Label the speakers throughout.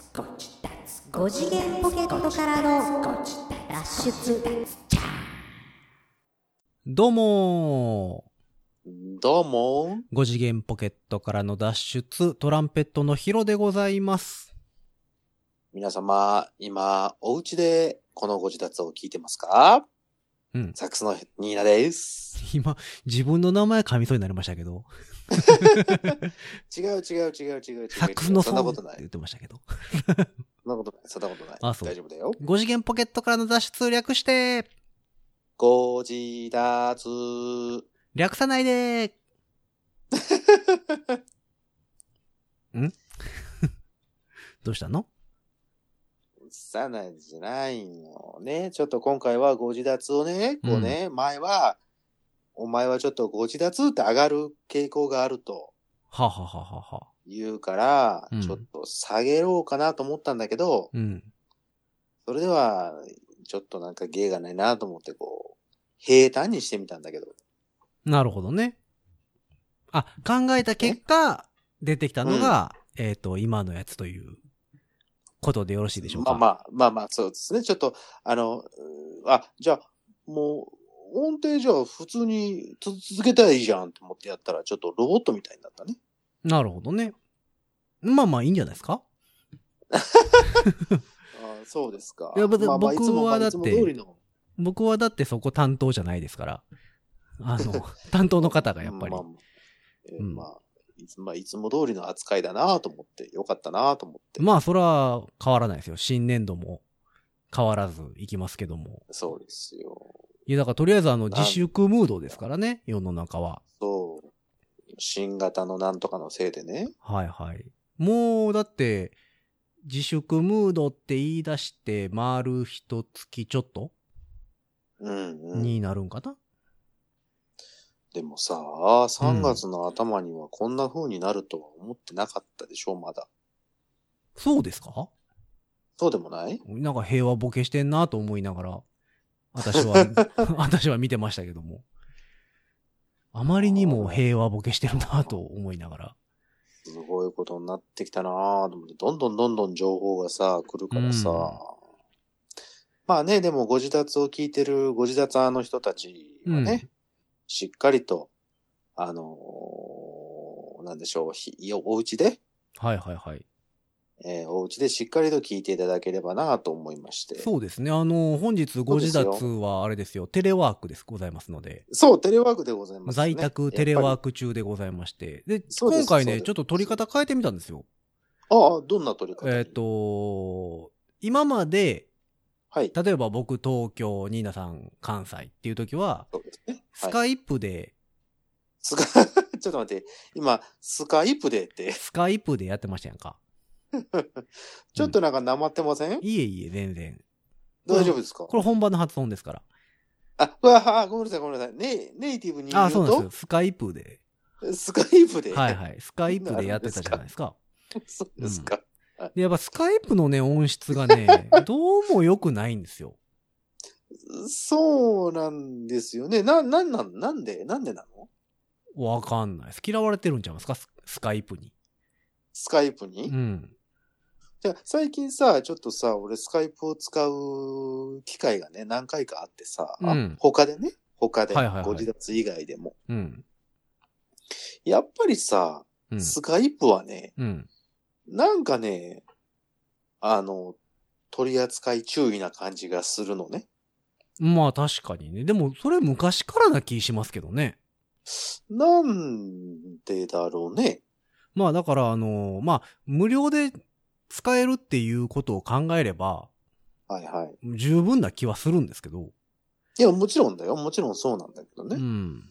Speaker 1: 5次元ポケットからの脱出
Speaker 2: どうも
Speaker 3: どうも。
Speaker 2: ー。5次元ポケットからの脱出、トランペットのヒロでございます。
Speaker 3: 皆様、今、お家でこのご自立を聞いてますか
Speaker 2: うん。
Speaker 3: サックスのニーナです。
Speaker 2: 今、自分の名前噛みそうになりましたけど、
Speaker 3: 違う違う違う違う違う違う。
Speaker 2: サックスの
Speaker 3: そ
Speaker 2: ソ
Speaker 3: ん
Speaker 2: ン
Speaker 3: な
Speaker 2: グっ
Speaker 3: こ
Speaker 2: て
Speaker 3: とない
Speaker 2: 言っ。てましたけど。
Speaker 3: そんなことない。そんなことない。
Speaker 2: あそう
Speaker 3: 大丈夫だよ。
Speaker 2: 5次元ポケットからの脱出略して、
Speaker 3: ご自立。
Speaker 2: 略さないで ー。ん どうしたの
Speaker 3: さないじゃないのね。ちょっと今回はご自立をね、こうね、前は、お前はちょっとご自立って上がる傾向があると
Speaker 2: はあ、はあはあはあはあ、
Speaker 3: 言うから、
Speaker 2: うん
Speaker 3: ちょっと下げろうかなと思ったんだけど、
Speaker 2: うん。
Speaker 3: それでは、ちょっとなんか芸がないなと思って、こう、平坦にしてみたんだけど。
Speaker 2: なるほどね。あ、考えた結果、出てきたのが、えっ、と、今のやつということでよろしいでしょうか。
Speaker 3: まあまあ、まあまあ、そうですね。ちょっと、あの、うーあ、じゃあ、もう、音程じゃあ普通につ続けたらいいじゃんって思ってやったら、ちょっとロボットみたいになったね。
Speaker 2: なるほどね。まあまあいいんじゃないですか
Speaker 3: あそうですか。
Speaker 2: いや別に
Speaker 3: まあまあ
Speaker 2: 僕
Speaker 3: いつもまあ
Speaker 2: はだって
Speaker 3: いつも通りの。
Speaker 2: 僕はだってそこ担当じゃないですから。あ の、担当の方がやっぱり
Speaker 3: まあ。まあえー
Speaker 2: うん
Speaker 3: まあいつまあ、いつも通りの扱いだなと思って、よかったなと思って。
Speaker 2: まあそれは変わらないですよ。新年度も変わらずいきますけども。
Speaker 3: そうですよ。
Speaker 2: いやだからとりあえずあの自粛ムードですからね、世の中は。
Speaker 3: そう。新型のなんとかのせいでね。
Speaker 2: はいはい。もう、だって、自粛ムードって言い出して、丸一月ちょっと
Speaker 3: うんうん。
Speaker 2: になるんかな、
Speaker 3: でもさ、3月の頭にはこんな風になるとは思ってなかったでしょ、まだ。
Speaker 2: そうですか
Speaker 3: そうでもない
Speaker 2: なんか平和ボケしてんなと思いながら、私 は、私は見てましたけども。あまりにも平和ボケしてるなと思いながら。
Speaker 3: すごいことになってきたなぁと思って、どんどんどんどん情報がさ、来るからさ。
Speaker 2: うん
Speaker 3: まあね、でもご自立を聞いてるご自立派の人たちはね、
Speaker 2: うん
Speaker 3: しっかりと、あのーなんでしょう、ひお家で、
Speaker 2: はいはいはい。
Speaker 3: えーお家でしっかりと聞いていただければなぁと思いまして。
Speaker 2: そうですね。あの、本日ご自
Speaker 3: そうです
Speaker 2: 立はあれですよ、テレワークです、ございますので。
Speaker 3: そう、テレワークでございます、ね。
Speaker 2: 在宅テレワー
Speaker 3: ク。
Speaker 2: ク中でございまして。で、
Speaker 3: そうです
Speaker 2: 今回
Speaker 3: そ
Speaker 2: ね、
Speaker 3: うです
Speaker 2: ちょっと取り方変えてみたんですよ。
Speaker 3: ああ、どんな取り方
Speaker 2: えっ、、と、今まで、
Speaker 3: はい。
Speaker 2: 例えば僕東京、ニーナさん関西っていう時は、
Speaker 3: そうですね。
Speaker 2: スカイプで、
Speaker 3: スカ、 ちょっと待って、今、スカイプでって、
Speaker 2: スカイプでやってましたやんか。
Speaker 3: ちょっとなんかなまってません、
Speaker 2: いえいえ、全然。
Speaker 3: 大丈夫ですか
Speaker 2: これ本番の発音ですから。
Speaker 3: あ、うわあ、ごめんなさい、ごめんなさい。ネイネイティブに言
Speaker 2: あ、
Speaker 3: う
Speaker 2: そうなんで
Speaker 3: と、
Speaker 2: すよ。スカイプで。
Speaker 3: スカイプで。
Speaker 2: はいはい。スカイプでやってたじゃないですか。
Speaker 3: い。 そうですか。
Speaker 2: で、やっぱスカイプのね、音質が ね、どうも良くないんですよ。
Speaker 3: そうなんですよね。な、なんなん、なんで、なんでなの
Speaker 2: わかんないです。嫌われてるんちゃいますかススカイプに。
Speaker 3: スカイプに、
Speaker 2: うん。
Speaker 3: じゃあ最近さ、ちょっとさ、俺スカイプを使う機会がね、何回かあってさ、
Speaker 2: うん
Speaker 3: 他でね、他で、
Speaker 2: はいはいはい
Speaker 3: ご自立以外でも。
Speaker 2: うん。
Speaker 3: やっぱりさ、
Speaker 2: うん。
Speaker 3: スカイプはね、
Speaker 2: うん。
Speaker 3: なんかね、あの、取り扱い注意な感じがするのね。
Speaker 2: まあ確かにね。でも、それ昔からな気しますけどね。
Speaker 3: なんでだろうね。
Speaker 2: まあだからあのまあ無料で使えるっていうことを考えれば
Speaker 3: はいはい。
Speaker 2: 十分な気はするんですけど、
Speaker 3: いや、もちろんだよ。もちろんそうなんだけど
Speaker 2: う
Speaker 3: ね。
Speaker 2: ん。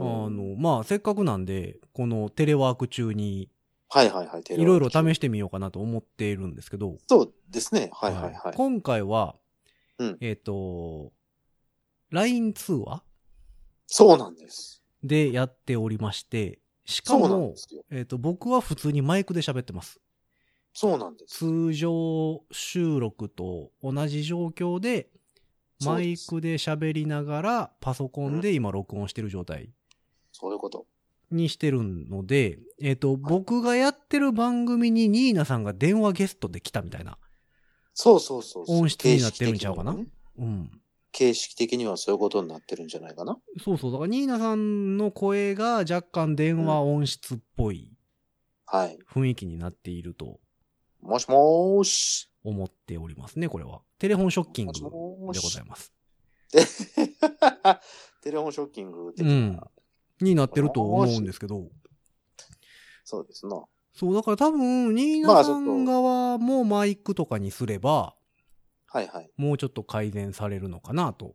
Speaker 2: あ
Speaker 3: うん
Speaker 2: の、まあせっかくなんで、このテレワーク中に
Speaker 3: はいはいはい。
Speaker 2: いろいろ試
Speaker 3: し
Speaker 2: してみようかなと思っているんですけど、
Speaker 3: そうですね。はいはいはい。
Speaker 2: 今回は、
Speaker 3: うん
Speaker 2: えっ、と、LINE 通話
Speaker 3: そうなんです。
Speaker 2: でやっておりまして、しか
Speaker 3: そうなん
Speaker 2: も
Speaker 3: で、すよ。
Speaker 2: えっ、と、僕は普通にマイクで喋ってます。
Speaker 3: そうなんです。
Speaker 2: 通常収録と同じ状況で、マイ
Speaker 3: そうです
Speaker 2: クで喋りながら、パソコンで今録音してる状態
Speaker 3: そういうこと。
Speaker 2: にしてるので、えっ、と、僕がやってる番組にニーナさんが電話ゲストで来たみたいな。
Speaker 3: そうそうそうそう。
Speaker 2: 音質になってるんちゃうかな
Speaker 3: 形式的にはね
Speaker 2: うん。
Speaker 3: 形式的にはそういうことになってるんじゃないかな。
Speaker 2: そうそう。だからニーナさんの声が若干電話音質っぽい
Speaker 3: はい。
Speaker 2: 雰囲気になっていると
Speaker 3: もしもーし。
Speaker 2: 思っておりますね、これは。テレフォンショッキング
Speaker 3: もし
Speaker 2: で
Speaker 3: も
Speaker 2: ご
Speaker 3: ー
Speaker 2: ざ
Speaker 3: し
Speaker 2: い。ます。
Speaker 3: テレフォンショッキング的
Speaker 2: う
Speaker 3: な。
Speaker 2: ん。になってると思うんですけど。
Speaker 3: そうですな。
Speaker 2: そう、だから多分、ニー
Speaker 3: ま
Speaker 2: ナ
Speaker 3: あち
Speaker 2: さ
Speaker 3: ょっと
Speaker 2: ん側もマイクとかにすれば、
Speaker 3: はいはい。
Speaker 2: もうちょっと改善されるのかなと、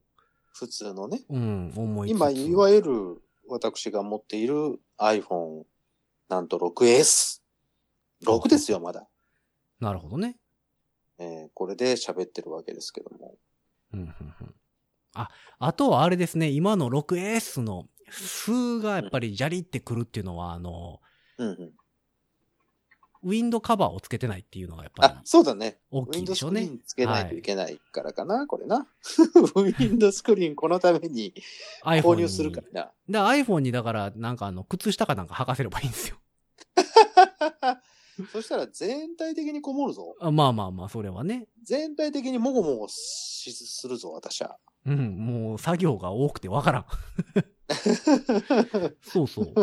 Speaker 3: 普通のね。
Speaker 2: うん、思いつつ
Speaker 3: 今、いわゆる私が持っている iPhone、なんと 6S。6ですよ、まだ。
Speaker 2: なるほどね。
Speaker 3: えーこれで喋ってるわけですけども。
Speaker 2: うん、うん、うん。あ、あとはあれですね、今の 6S の数がやっぱりジャリってくるっていうのは、あの、
Speaker 3: うんうん。
Speaker 2: ウィンドカバーをつけてないっていうのがやっぱり
Speaker 3: あ、そうだね。
Speaker 2: 大
Speaker 3: ウ
Speaker 2: き
Speaker 3: ィン
Speaker 2: いで
Speaker 3: ドウ
Speaker 2: し
Speaker 3: ス
Speaker 2: ょう
Speaker 3: クリ
Speaker 2: ね
Speaker 3: ーン。つけないといけないからかな、これな。ウィンドウスクリーンこのために購
Speaker 2: iPhone
Speaker 3: 入する
Speaker 2: に。
Speaker 3: か
Speaker 2: だからら iPhone にだから、なんかあの、靴下かなんか履かせればいいんですよ。
Speaker 3: な。そしたら全体的にこもるぞ。
Speaker 2: あまあまあまあ、それはね。
Speaker 3: 全体的にもごもごしするぞ、私は。
Speaker 2: うん、もう作業が多くてわからん。そうそう。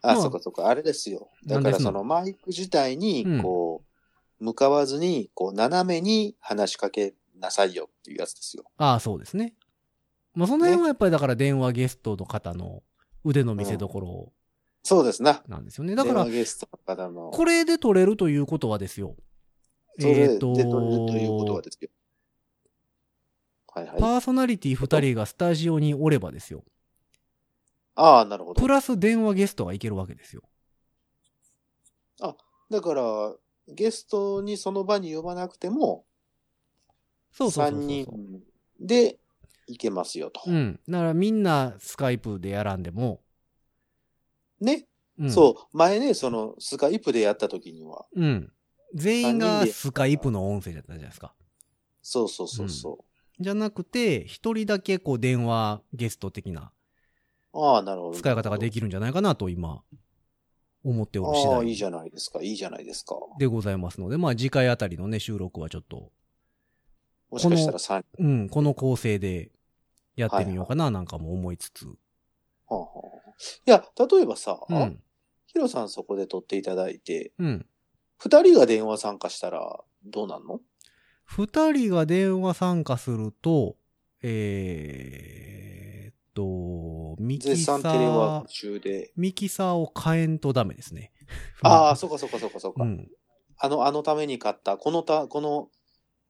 Speaker 2: ま
Speaker 3: あ、
Speaker 2: あ
Speaker 3: そっかそっか、あれですよ。だか
Speaker 2: 何で
Speaker 3: ら
Speaker 2: すの
Speaker 3: そのマイク自体
Speaker 2: うん
Speaker 3: に、こう、向かわずに、こう、斜めに話しかけなさいよっていうやつですよ。
Speaker 2: ああ、そうですね。まあ、その辺はやっぱりだから電話ゲストの方の腕の見せ所
Speaker 3: そうですな。
Speaker 2: なんですよね。だか
Speaker 3: 電
Speaker 2: ら
Speaker 3: 話、ゲストの方の、
Speaker 2: これで取れるということはですよ。
Speaker 3: それ
Speaker 2: え
Speaker 3: で
Speaker 2: っと
Speaker 3: 取れるということはですよ。はいはい。
Speaker 2: パーソナリティ2人がスタジオにおればですよ。
Speaker 3: ああ、なるほど
Speaker 2: プ。ラス電話ゲストがいけるわけですよ。
Speaker 3: だから、ゲストにその場に呼ばなくても、
Speaker 2: そうそうそうそう。
Speaker 3: 3人で行けますよと。
Speaker 2: うん。だからみんなスカイプでやらんでも。
Speaker 3: ね、
Speaker 2: うん、
Speaker 3: そう、前ね、その、スカイプでやった時には、
Speaker 2: う。うん。全員
Speaker 3: 三人
Speaker 2: が
Speaker 3: で
Speaker 2: スカイプの音声だったじゃないですか。
Speaker 3: そうそうそうそ
Speaker 2: じゃなくて、一人だけこう電話ゲスト的な
Speaker 3: う。ああ、なるほど。
Speaker 2: 使い方がで
Speaker 3: き
Speaker 2: きるんじゃないかなと今、思っておる
Speaker 3: ああ、い
Speaker 2: 次
Speaker 3: いじ
Speaker 2: 第
Speaker 3: ゃないですか、いいじゃないですか。
Speaker 2: でございますので、まあ次回あたりのね、収録はちょっと、
Speaker 3: もしかしたら3人。
Speaker 2: うん、この構成でやってみようかななんかも思いつつ。
Speaker 3: はあはあいや、例えばさ、
Speaker 2: うん、
Speaker 3: ヒロさんそこで撮っていただいて、
Speaker 2: うん。
Speaker 3: 2人が電話参加したら、どうなんの
Speaker 2: 二人が電話参加すると、えーっと、ミキ
Speaker 3: 絶
Speaker 2: サ
Speaker 3: 賛テレワー
Speaker 2: ー
Speaker 3: ク、中で。
Speaker 2: ミキサーを変えんとダメですね。
Speaker 3: ああ、そうかそうかそうかそうか。
Speaker 2: うん。
Speaker 3: あの、あのために買った、このた、この、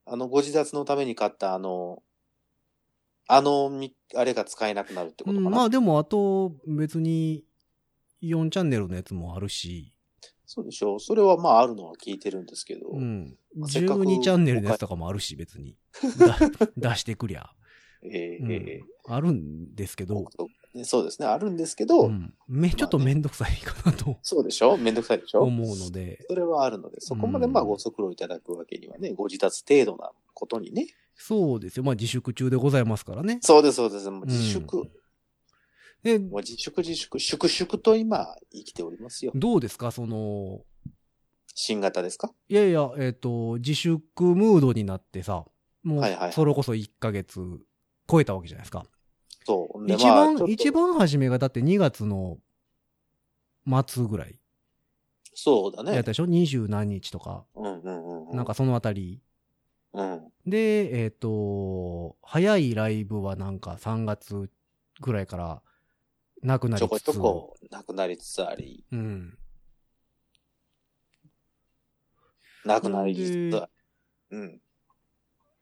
Speaker 3: あの、ご自宅のために買った、あの、あのみ、あれが使えなくなるってことかな。
Speaker 2: うんまあでも、あと、別に、4チャンネルのやつもあるし、
Speaker 3: そうでしょう。それはまああるのは聞いてるんですけど。
Speaker 2: うん。
Speaker 3: まあせっかく
Speaker 2: 12チャンネルのやつとかもあるし、別 に。だ出してくりゃ。
Speaker 3: ええ
Speaker 2: うん
Speaker 3: え
Speaker 2: あるんですけ
Speaker 3: え
Speaker 2: ど、
Speaker 3: そうそうですね。あるんですけど、
Speaker 2: うん。め、ちょっとめんどくさいかなと
Speaker 3: そうでしょめんどくさいでしょ
Speaker 2: 思うので、
Speaker 3: それはあるので、そこまでまあご足労いただくわけにはね、ご自立程度なことにね。
Speaker 2: そうですよ。まあ自粛中でございますからね。
Speaker 3: そうです、そうです。もう自粛、
Speaker 2: うで、
Speaker 3: もう自粛、自粛、粛々と今生きておりますよ。
Speaker 2: どうですかその、
Speaker 3: 新型ですか
Speaker 2: いやいや、えっ、と、自粛ムードになってさ、もう
Speaker 3: はいは、い
Speaker 2: それこそ1ヶ月超えたわけじゃないですか。
Speaker 3: そう。で
Speaker 2: 一
Speaker 3: まあ
Speaker 2: 番
Speaker 3: ちょっ、と
Speaker 2: 一番初めがだって2月の末ぐらい
Speaker 3: そうだ
Speaker 2: やっ
Speaker 3: ね
Speaker 2: た。でしょ二十何日とか、
Speaker 3: うんうんうんう。
Speaker 2: なんか、そのあたり。
Speaker 3: うん。
Speaker 2: で、えっ、と、早いライブはなんか3月ぐらいからなくな
Speaker 3: ちょ
Speaker 2: り
Speaker 3: こ
Speaker 2: つ
Speaker 3: ちょ
Speaker 2: つ。
Speaker 3: こなくなりつつあり、
Speaker 2: うん。
Speaker 3: なくなりつつあり。うん。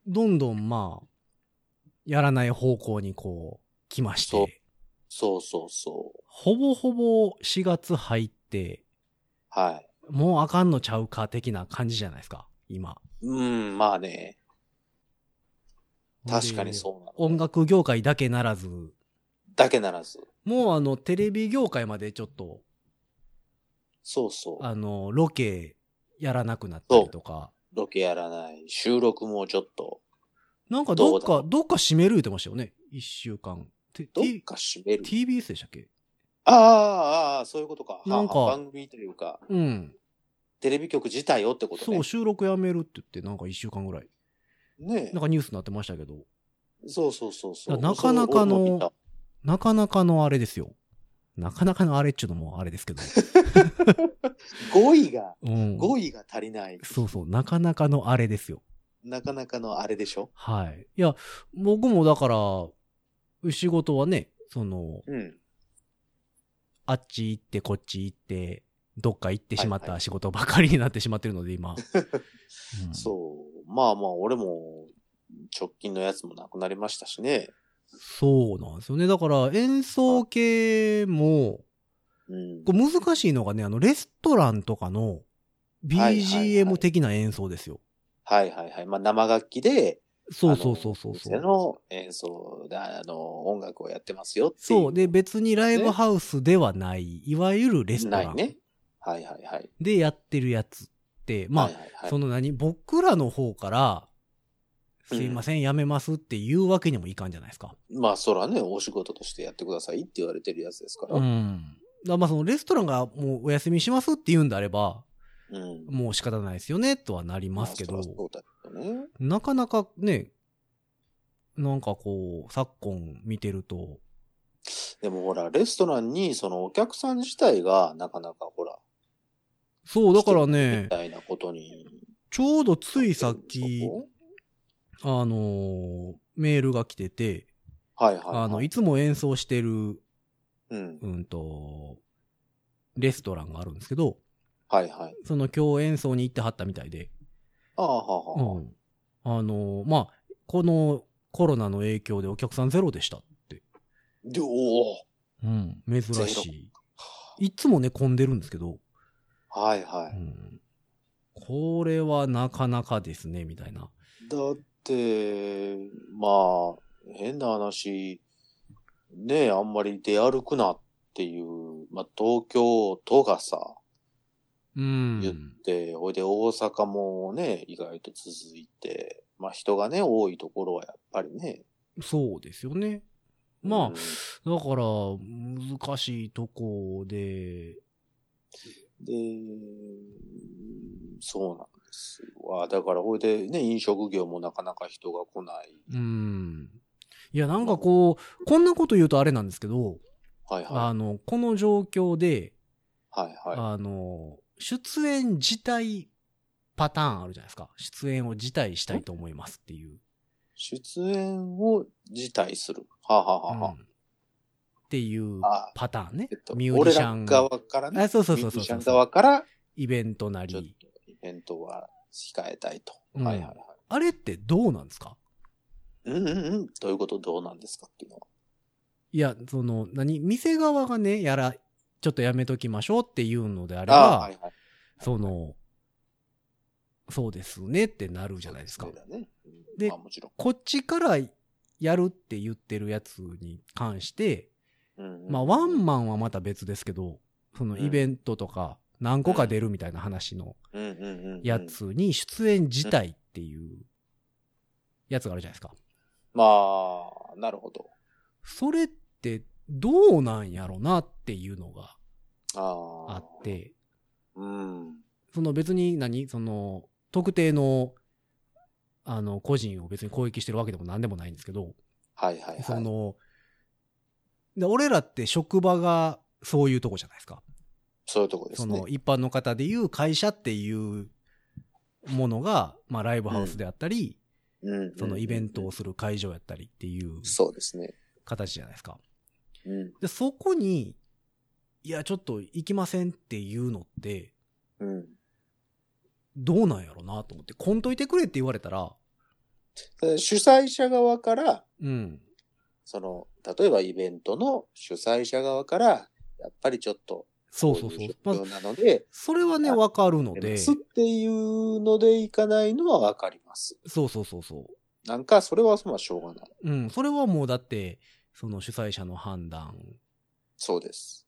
Speaker 2: どんどんまあ、やらない方向にこう、来まし
Speaker 3: そう
Speaker 2: て、
Speaker 3: そうそうそう。
Speaker 2: ほぼほぼ4月入って、
Speaker 3: はい。
Speaker 2: もうあかんのちゃうか的な感じじゃないですか、今。
Speaker 3: うん、まあね。確かにそうなの。
Speaker 2: う。音楽業界だけならず、
Speaker 3: だけならず。
Speaker 2: もうあの、テレビ業界までちょっと、
Speaker 3: そうそう。
Speaker 2: あの、ロケやらなくなったりとか、
Speaker 3: ロケやらない。収録もちょっと、
Speaker 2: なんかどっ
Speaker 3: ど
Speaker 2: か、
Speaker 3: う
Speaker 2: どっか閉める言ってましたよね。一週間。て
Speaker 3: どっ
Speaker 2: T-
Speaker 3: か閉める。
Speaker 2: TBS でしたっけ
Speaker 3: ああああ、そういうことか。
Speaker 2: なんか
Speaker 3: はあ番組というか、
Speaker 2: うん。
Speaker 3: テレビ局自体をってこと
Speaker 2: そ
Speaker 3: ね
Speaker 2: う、。収録やめるって言って、なんか一週間ぐらい。
Speaker 3: ね
Speaker 2: なんかニュースになってましたけど、
Speaker 3: そうそうそうそう。
Speaker 2: なかなかの
Speaker 3: そう俺も見た
Speaker 2: なかなかのあれですよ。なかなかのあれっちゅうのもあれです けど。
Speaker 3: 語彙が、
Speaker 2: うん。
Speaker 3: 語彙が足りない。
Speaker 2: そうそう、なかなかのあれですよ。
Speaker 3: なかなかのあれでしょ
Speaker 2: はい。いや、僕もだから、仕事はね、その、
Speaker 3: うん。
Speaker 2: あっち行って、こっち行って、どっか行ってしまっ
Speaker 3: はいは
Speaker 2: た仕事ばかりになってしまってるので、今。 うん
Speaker 3: そう。まあまあ、俺も、直近のやつもなくなりましたしね。
Speaker 2: そうなんですよね。だから、演奏系も、
Speaker 3: うん。
Speaker 2: こう難しいのがね、あの、レストランとかの
Speaker 3: はいはいは
Speaker 2: BGM
Speaker 3: い
Speaker 2: 的な演奏ですよ。
Speaker 3: はいはいはい。まあ、生楽器で、
Speaker 2: そうそうそうそうそ
Speaker 3: あ
Speaker 2: う。
Speaker 3: の店の演奏で、あの、音楽をやってますよっていう。
Speaker 2: そう。で、別にライブハウスではない、いわゆるレスト
Speaker 3: な
Speaker 2: ラ
Speaker 3: い
Speaker 2: ン
Speaker 3: ね。はいはいはい。
Speaker 2: でやってるやつって、まあ
Speaker 3: はい、はいはい
Speaker 2: その何僕らの方から、
Speaker 3: うん
Speaker 2: すいません、やめますっていうわけにもいかんじゃないですか。
Speaker 3: まあ、そらね、お仕事としてやってくださいって言われてるやつですから。
Speaker 2: う
Speaker 3: うん。
Speaker 2: ん。だからまあそのレストランがもうお休みしますって言うんであれば、もう仕方ないですよね、とはなりますけ
Speaker 3: ま
Speaker 2: ど
Speaker 3: あ、そらそうだけどね。
Speaker 2: なかなかね、なんかこう、昨今見てると、
Speaker 3: でもほら、レストランに、そのお客さん自体が、なかなかほら、
Speaker 2: そう、だから
Speaker 3: み
Speaker 2: ね、
Speaker 3: たいなことに。
Speaker 2: ちょうどついさっき、
Speaker 3: そこ
Speaker 2: あのーメールが来てて、
Speaker 3: はいはい、はい。
Speaker 2: あの、いつも演奏してる、
Speaker 3: うん。
Speaker 2: うんと、レストランがあるんですけど、
Speaker 3: はいはい。
Speaker 2: その今日演奏に行ってはったみたいで、
Speaker 3: ああ、はあはあ。
Speaker 2: うんあのーまあ、このコロナの影響でお客さんゼロでしたって。
Speaker 3: で、おお。
Speaker 2: うん、珍しい。いつもね、混んでるんですけど、
Speaker 3: はいは
Speaker 2: うん、これはなかなかですね、みたいな。
Speaker 3: い。だって、まあ、変な話、ねえ、あんまり出歩くなっていう、まあ、東京都がさ、
Speaker 2: う
Speaker 3: 言っ
Speaker 2: ん。
Speaker 3: て、ほいで大阪もね、意外と続いて、まあ人がね、多いところはやっぱりね。
Speaker 2: そうですよね。まあ
Speaker 3: うん、
Speaker 2: だから、難しいとこで、
Speaker 3: で、そうなんですよ。あだからほいでね、飲食業もなかなか人が来ない。
Speaker 2: うん。いや、なんかこう、こんなこと言うとあれなんですけど、
Speaker 3: はいは
Speaker 2: あの、この状況で、
Speaker 3: い。はいは
Speaker 2: あの、出演自体パターンあるじゃないですか。出演を辞退したいと思いますっていう。
Speaker 3: い。出演を辞退する。はあ、はあはあはあ
Speaker 2: うんっていう
Speaker 3: あ
Speaker 2: パターンね
Speaker 3: えっと。、
Speaker 2: ミュージシャン
Speaker 3: 俺ら側からね。
Speaker 2: あそうそうそうそう
Speaker 3: ミュージシャン側から、
Speaker 2: イベントな
Speaker 3: ちょっと
Speaker 2: り。
Speaker 3: イベントは控えたいと。
Speaker 2: うん
Speaker 3: はいはいはい。
Speaker 2: あれってどうなんですか
Speaker 3: うんうんうん。どういうことどうなんですかっていうのは。
Speaker 2: いや、その、何店側がね、やら、ちょっとやめときましょうっていうのであれ
Speaker 3: ああ、は
Speaker 2: ば
Speaker 3: い、はい。
Speaker 2: その、そうですねってなるじゃないですか
Speaker 3: そう。だね。
Speaker 2: で
Speaker 3: で、まあもちろ
Speaker 2: こっちからやるって言ってるやつに関して、
Speaker 3: ん。うんうん
Speaker 2: まあ、ワンマンはまた別ですけど、そのイベントとか、何個か出るみたいな話の
Speaker 3: うんうんうんうん
Speaker 2: やつに出演自体っていうやつがあるじゃないですか。
Speaker 3: まあ、なるほど。
Speaker 2: それってどうなんやろなっていうのが
Speaker 3: あ
Speaker 2: あ
Speaker 3: あ
Speaker 2: っ。て、
Speaker 3: うん。
Speaker 2: その別に何その特定のあの個人を別に攻撃してるわけでも何でもないんですけど、
Speaker 3: はいはいはい。
Speaker 2: その、で俺らって職場がそういうとこじゃないですか。
Speaker 3: そういうとこで
Speaker 2: そ
Speaker 3: すね
Speaker 2: の。一般の方でいう会社っていうものが、まあライブハウスであったり、
Speaker 3: うん
Speaker 2: そのイベント
Speaker 3: うん
Speaker 2: をする会場やったりっていう
Speaker 3: そうですね。
Speaker 2: 形じゃないですか。
Speaker 3: うん。
Speaker 2: で、そこに、いや、ちょっと行きませんっていうのって、
Speaker 3: うん。
Speaker 2: どうなんやろなと思って、こんといてくれって言われたら、
Speaker 3: で主催者側から、
Speaker 2: うん、
Speaker 3: その、例えばイベントの主催者側から、やっぱりちょっと、
Speaker 2: そうそうそう。ま
Speaker 3: こい
Speaker 2: あ
Speaker 3: 状況なので、
Speaker 2: それはね、わかるので、
Speaker 3: すっていうのでいかないのはわかります。
Speaker 2: そうそうそうそ
Speaker 3: なんか、それはまあしょうがない。
Speaker 2: う。うん、それはもうだって、その主催者の判断
Speaker 3: そうです。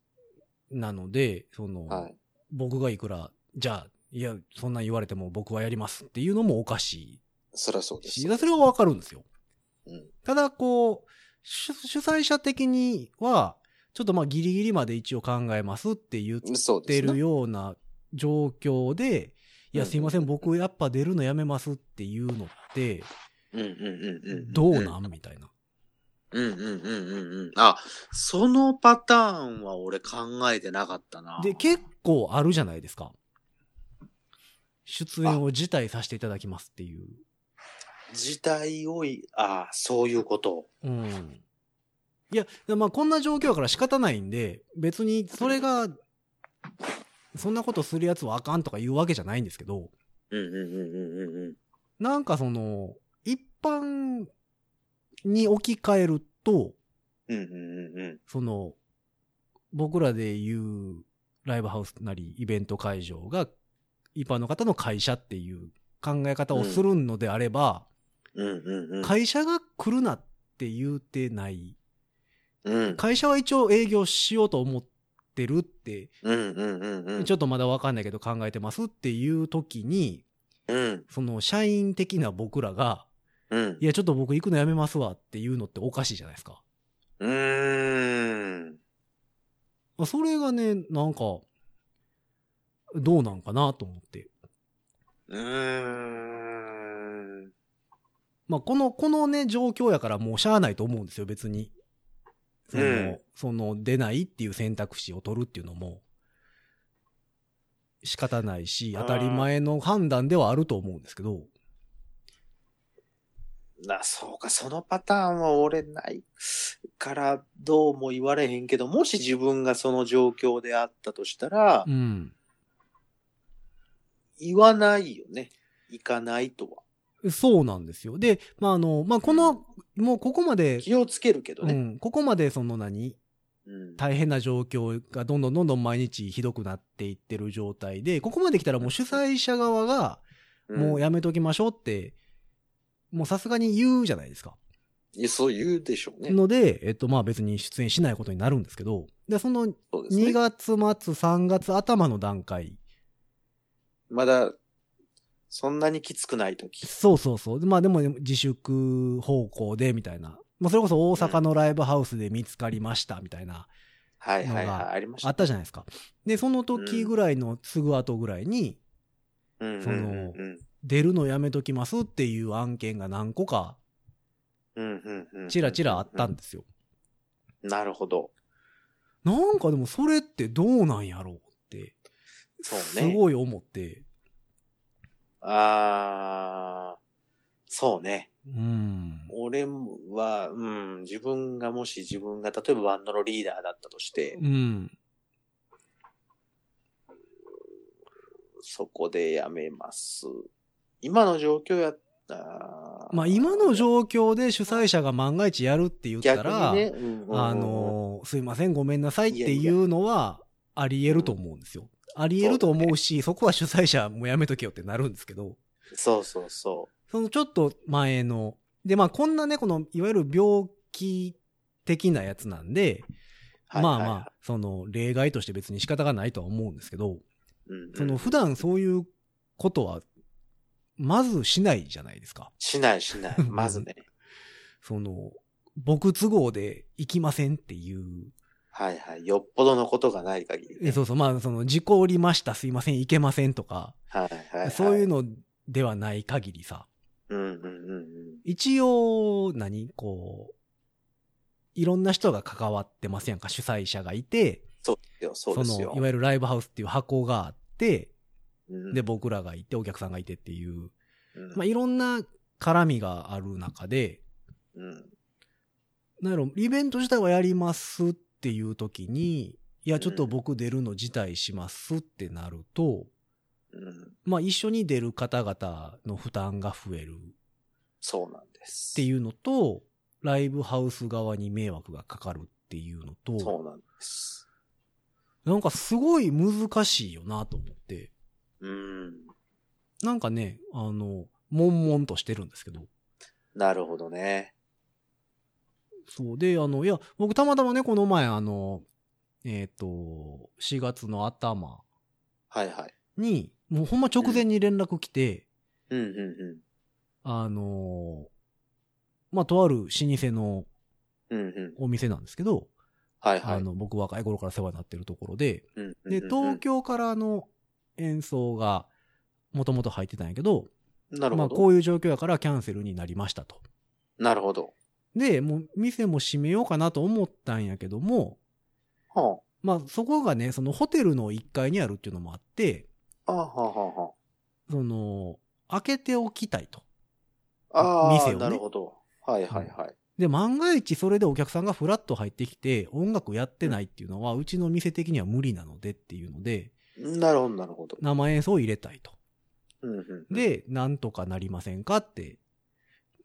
Speaker 2: なので、その、
Speaker 3: はい。
Speaker 2: 僕がいくら、じゃあ、いや、そんなん言われても僕はやりますっていうのもおかし
Speaker 3: そりゃそう
Speaker 2: い
Speaker 3: です
Speaker 2: し、。それはわかるんですよ。
Speaker 3: うん。
Speaker 2: ただ、こう、主主催者的には、ちちょっとまあギリギリまで一応考えますって言っ
Speaker 3: そうで
Speaker 2: て
Speaker 3: す
Speaker 2: る
Speaker 3: ね。
Speaker 2: ような状況で、いや、すいません、僕やっぱ出るのやめますっていうのって、
Speaker 3: うんうんうんうん。
Speaker 2: どうなんみたいな。
Speaker 3: うんうんうんうんうん。あ、そのパターンは俺考えてなかったな。
Speaker 2: で、結構あるじゃないですか。出演を辞退させていただきますっていう。
Speaker 3: 事態をい、あそういうこと。
Speaker 2: うん。いや、でまあこんな状況だから仕方ないんで、別にそれが、そんなことするやつはあかんとか言うわけじゃないんですけど、
Speaker 3: うんうんうんうんうんうん。
Speaker 2: なんかその、一般に置き換えると、
Speaker 3: うんうんうんうん。
Speaker 2: その、僕らで言うライブハウスなりイベント会場が一般の方の会社っていう考え方をするのであれば、
Speaker 3: うんうんうん。
Speaker 2: 会社が来るなって言うてない。
Speaker 3: うん
Speaker 2: 会社は一応営業しようと思ってるって、
Speaker 3: うんうんうんうん。
Speaker 2: ちょっとまだわかんないけど考えてますっていう時に、
Speaker 3: うん
Speaker 2: その社員的な僕らが、
Speaker 3: うん
Speaker 2: い。やちょっと僕行くのやめますわっていうのっておかしいじゃないですか。
Speaker 3: うーん。
Speaker 2: それがね、なんか、どうなんかなと思って。
Speaker 3: うーん。
Speaker 2: まあ、この、このね、状況やからもうしゃあないと思うんですよ、別に。その、
Speaker 3: うん
Speaker 2: その、出ないっていう選択肢を取るっていうのも、仕方ないし、
Speaker 3: あー
Speaker 2: 当たり前の判断ではあると思うんですけど、
Speaker 3: な、そうか、そのパターンは俺ないからどうも言われへんけど、もし自分がその状況であったとしたら、
Speaker 2: うん。
Speaker 3: 言わないよね。行かないとは。
Speaker 2: そうなんですよ。で、まあ、あの、まあ、この、もうここまで、
Speaker 3: 気をつけるけど
Speaker 2: う
Speaker 3: ね。
Speaker 2: ん、ここまでその何、
Speaker 3: うん
Speaker 2: 大変な状況がどんどんどんどん毎日ひどくなっていってる状態で、ここまで来たらもう主催者側が、もうやめときましょうって、もうさすがに言うじゃないですか。
Speaker 3: いやそう言うでしょうね。
Speaker 2: ので、えっと、まあ別に出演しないことになるんですけど、で、その2
Speaker 3: そうですね
Speaker 2: 月末、3月頭の段階、
Speaker 3: まだ、そんなにきつくない時。
Speaker 2: そうそうそう、まあでも自粛方向でみたいな、まあそれこそ大阪のライブハウスで見つかりましたみたいな、
Speaker 3: はいはい
Speaker 2: の
Speaker 3: はい
Speaker 2: が。
Speaker 3: ありまし
Speaker 2: あ
Speaker 3: た。
Speaker 2: ったじゃないですか。で、その時ぐらいのすぐ後ぐらいに、
Speaker 3: うんうん
Speaker 2: その
Speaker 3: うん
Speaker 2: 出るのやめときますっていう案件が何個か、
Speaker 3: うんうんうんうん
Speaker 2: ちらちらあったんですよ。
Speaker 3: なるほど。
Speaker 2: なんかでもそれってどうなんやろうって、
Speaker 3: そうね
Speaker 2: すごい思って、
Speaker 3: あー、そうね。
Speaker 2: うん。
Speaker 3: 俺は、うん、自分がもし自分が、例えばバンドのリーダーだったとして、
Speaker 2: うん。
Speaker 3: そこでやめます。今の状況やった
Speaker 2: まあ今の状況で主催者が万が一やるって言ったら、
Speaker 3: 逆にね、うんうんうん
Speaker 2: あの、すいませんごめんなさいっていうのはあり得ると思うんですよ。あり得ると思うし、そこは主催者もやめとけよってなるんですけど、
Speaker 3: そうそうそ
Speaker 2: そのちょっと前の、でまあこんなね、このいわゆる病気的なやつなんで、
Speaker 3: う。はい
Speaker 2: まあ
Speaker 3: はい
Speaker 2: ま
Speaker 3: はい
Speaker 2: あ、その例外として別に仕方がないとは思うんですけど、
Speaker 3: うんうん
Speaker 2: その普段そういうことは、まずしないじゃないですか。
Speaker 3: しないしない。まずね。
Speaker 2: その、僕都合で行きませんっていう。
Speaker 3: はいはい。よっぽどのことがない限り、
Speaker 2: え
Speaker 3: ね。
Speaker 2: そうそう、まあ、その、事故りました、すいません、行けませんとか、
Speaker 3: はいはい、はい。
Speaker 2: そういう。のではない限りさ、
Speaker 3: うんうんうんうん。
Speaker 2: 一応、何こう、いろんな人が関わってませんか、主催者がいて、
Speaker 3: そうですよ、そうですよ
Speaker 2: の、い。わゆるライブハウスっていう箱があって、
Speaker 3: うん
Speaker 2: で、、僕らがいて、お客さんがいてっていう、
Speaker 3: うん
Speaker 2: まあ、いろんな絡みがある中で、
Speaker 3: うん
Speaker 2: なんやろ、イベント自体はやりますっていう時に、いや、ちょっと僕出るの辞退しますってなると、
Speaker 3: うん、
Speaker 2: まあ一緒に出る方々の負担が増えるっ
Speaker 3: そうなんです。
Speaker 2: ていうのと、ライブハウス側に迷惑がかかるっていうの
Speaker 3: そ
Speaker 2: と、
Speaker 3: うなんです。
Speaker 2: なんかすごい難しいよなと思って、
Speaker 3: うん。
Speaker 2: なんかね、あの、悶々としてるんですけど、
Speaker 3: なるほどね。
Speaker 2: そうで、あの、いや、僕たまたまね、この前あの、えっ、と、4月の頭
Speaker 3: はいはい。
Speaker 2: に、もうほんま直前に連絡来て、
Speaker 3: うんう
Speaker 2: あのーまあ、とある老舗の
Speaker 3: んうん。うんうん。
Speaker 2: お店なんですけど、
Speaker 3: はいは
Speaker 2: あ
Speaker 3: い。
Speaker 2: の、僕若い頃から世話になってるところで、
Speaker 3: うんうん
Speaker 2: で、
Speaker 3: うん
Speaker 2: 東京からの演奏が、もともと入ってたんやけど、
Speaker 3: なる
Speaker 2: ま
Speaker 3: ほ
Speaker 2: あ、
Speaker 3: ど。
Speaker 2: こういう状況やからキャンセルになりましたと。
Speaker 3: なるほど。
Speaker 2: で、もう、店も閉めようかなと思ったんやけども、
Speaker 3: は
Speaker 2: まあ、そこがね、そのホテルの1階にあるっていうのもあって、
Speaker 3: あ。あはあはあは
Speaker 2: その、開けておきたいと。
Speaker 3: あ。ああ、
Speaker 2: 店をね
Speaker 3: なるほど。はいはいはい。
Speaker 2: で、万が一それでお客さんがフラッと入ってきて、音楽やってないっていうのは、うちの店的には無理なのでっていうので、
Speaker 3: なるほど、なるほど。
Speaker 2: 生演奏を入れたいと。
Speaker 3: うんうんうん、
Speaker 2: で、なんとかなりませんかって、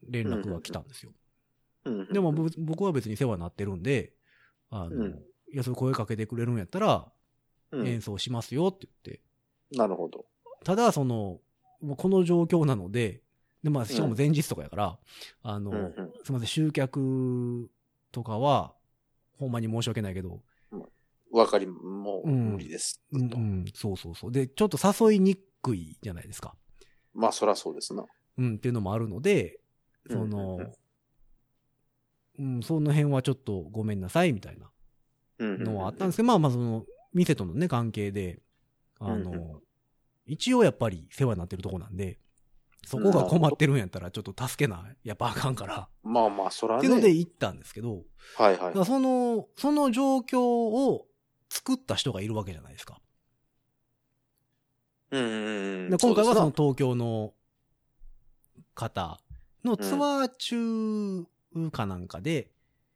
Speaker 2: 連絡が来たんですよ。
Speaker 3: うんうん
Speaker 2: でも、ぶ僕は別に世話になってるんで、あの、
Speaker 3: うん
Speaker 2: いや、それ声かけてくれるんやったら、
Speaker 3: うん
Speaker 2: 演奏しますよって言って。
Speaker 3: なるほど。
Speaker 2: ただ、その、もうこの状況なので、で、まあ、しかも前日とかやから、あの、
Speaker 3: うんうん
Speaker 2: すいません、集客とかは、ほんまに申し訳ないけど、
Speaker 3: わかり、もう
Speaker 2: うん
Speaker 3: 無理です。
Speaker 2: うん、う
Speaker 3: と
Speaker 2: ん、そうそうそう。で、ちょっと誘いにくいじゃないですか。
Speaker 3: まあ、そらそうですな。
Speaker 2: うん、っていうのもあるので、そ
Speaker 3: うんうん
Speaker 2: の、うん、その辺はちょっとごめんなさい、みたいな
Speaker 3: うんうん
Speaker 2: のはあったんですけど、まあまあその、店とのね、関係で、あ
Speaker 3: うんう
Speaker 2: の、一応やっぱり世話になってるとこなんで、そこが困ってるんやったら、ちょっと助けな、やっぱあかんから、
Speaker 3: まあまあ、そら
Speaker 2: って
Speaker 3: ね。
Speaker 2: いうので行ったんですけど、
Speaker 3: はいは
Speaker 2: だ
Speaker 3: い
Speaker 2: か。らその、その状況を作った人がいるわけじゃないですか。
Speaker 3: うんうんう
Speaker 2: で
Speaker 3: ん。
Speaker 2: 今回はその
Speaker 3: う
Speaker 2: 東京の方のツアー中かなんかで、
Speaker 3: で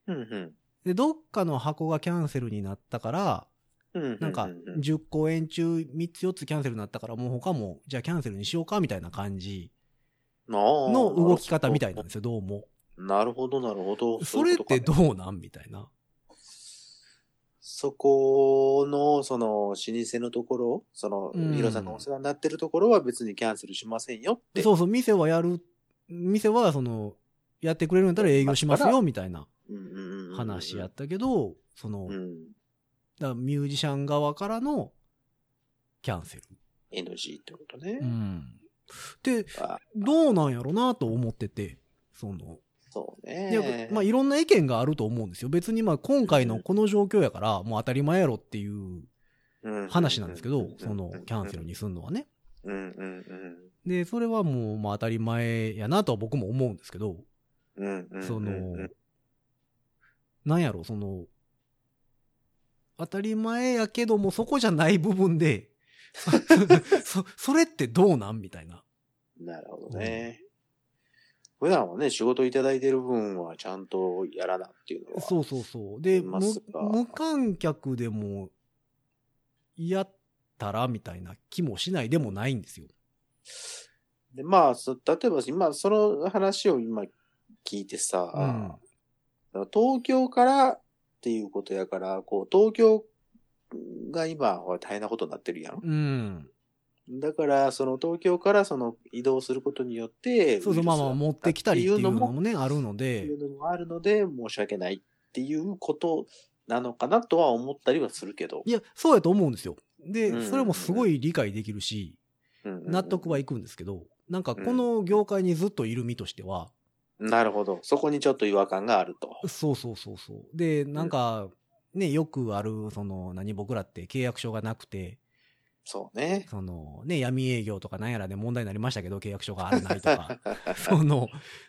Speaker 3: すな、うん
Speaker 2: で、どっかの箱がキャンセルになったから、
Speaker 3: うん。うう
Speaker 2: なんか
Speaker 3: うう
Speaker 2: 10公演中3つ4つキャンセルになったから、もう他も、じゃあキャンセルにしようかみたいな感じの
Speaker 3: の
Speaker 2: 動き方みたいなんですよ、どうも。
Speaker 3: なるほど、なるほど。
Speaker 2: それっ
Speaker 3: ういうことか
Speaker 2: てどうなんみたいな。
Speaker 3: そこの、その、老舗のところ、その、
Speaker 2: うん
Speaker 3: ヒロさんがお世話になってるところは別にキャンセルしませんよって。
Speaker 2: そうそう、店はやる、店はその、やってくれるんだったら営業しますよみたいな
Speaker 3: うんうんうんうん
Speaker 2: 話やったけど、その
Speaker 3: う、ん。
Speaker 2: だからミュージシャン側からのキャンセル。
Speaker 3: NG ってことね。
Speaker 2: うん。で、
Speaker 3: あ
Speaker 2: どうなんやろなと思ってて、その、
Speaker 3: そう
Speaker 2: いや
Speaker 3: ね。
Speaker 2: まあいろんな意見があると思うんですよ。別にまあ今回のこの状況やから、もう当たり前やろっていう話なんですけ
Speaker 3: う
Speaker 2: ど
Speaker 3: うう、
Speaker 2: そのキャンセル。にすんのはね。
Speaker 3: うんうんうん。
Speaker 2: で、それはもうまあ当たり前やなとは僕も思うんですけど、
Speaker 3: うんうんうんうん
Speaker 2: その、なんやろ、その、当たり前やけどもそこじゃない部分で、 そ、それってどうなんみたいな。
Speaker 3: なるほどね。普段はね、仕事いただいてる分はちゃんとやらなっていうのは。
Speaker 2: そうそうそう。で、
Speaker 3: いま
Speaker 2: 無
Speaker 3: すが
Speaker 2: 無観客でも、やったらみたいな気もしないでもないんですよ。
Speaker 3: でまあ、そ例えば今、その話を今聞いてさ、
Speaker 2: うん
Speaker 3: 東京からっていうことやから、こう、東京が今、ほら大変なことになってるやん。
Speaker 2: うん。
Speaker 3: だから、その東京からその移動することによって、
Speaker 2: そうそう、まあまあ持ってきたりっていうのもね、あるの
Speaker 3: って
Speaker 2: で
Speaker 3: い、うのもあるので、申し訳ないっていうことなのかなとは思ったりはするけど。
Speaker 2: いや、そうやと思うんですよ。で、
Speaker 3: うん
Speaker 2: それもすごい理解できるし、納
Speaker 3: 納。
Speaker 2: 得はいいくんですけど、なんかこの業界にずっといる身としては、
Speaker 3: なるほど。そこにちょっと違和感があると。
Speaker 2: そうそうそうそう。で、なんか、ね、よくある、その、何、僕らって契約書がなくて、
Speaker 3: そうね。
Speaker 2: そのね、闇営業とかなんやらで問題になりましたけど、契約書があるないとか。 その、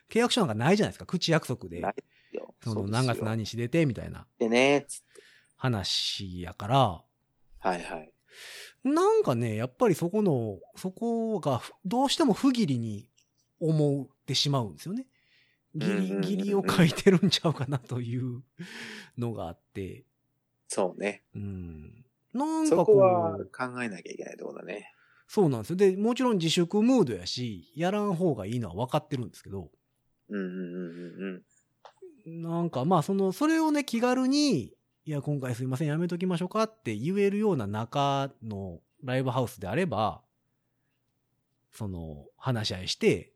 Speaker 2: 契約書なんかないじゃないですか。口約束で
Speaker 3: な。いよ
Speaker 2: その
Speaker 3: うですよ
Speaker 2: 何月何日出てみたいな
Speaker 3: でね。つ
Speaker 2: 話やから、
Speaker 3: はいはい。
Speaker 2: なんかね、やっぱりそこの、そこがふどうしても不義理に思ってしまうんですよね。ギ
Speaker 3: うんうんうんうん
Speaker 2: リギリを書いてるんちゃうかなという のがあって、
Speaker 3: そうね。
Speaker 2: うん。なんか
Speaker 3: そ
Speaker 2: こ
Speaker 3: こは
Speaker 2: う、
Speaker 3: 考えなきゃいけないところだね。
Speaker 2: そうなんですよ。で、もちろん自粛ムードやし、やらん方がいいのは分かってるんですけど、
Speaker 3: うんうんうんうんうん。
Speaker 2: なんかまあその、それをね、気軽に、いや、今回すいません、やめときましょうかって言えるような中のライブハウスであれば、その、話し合いして、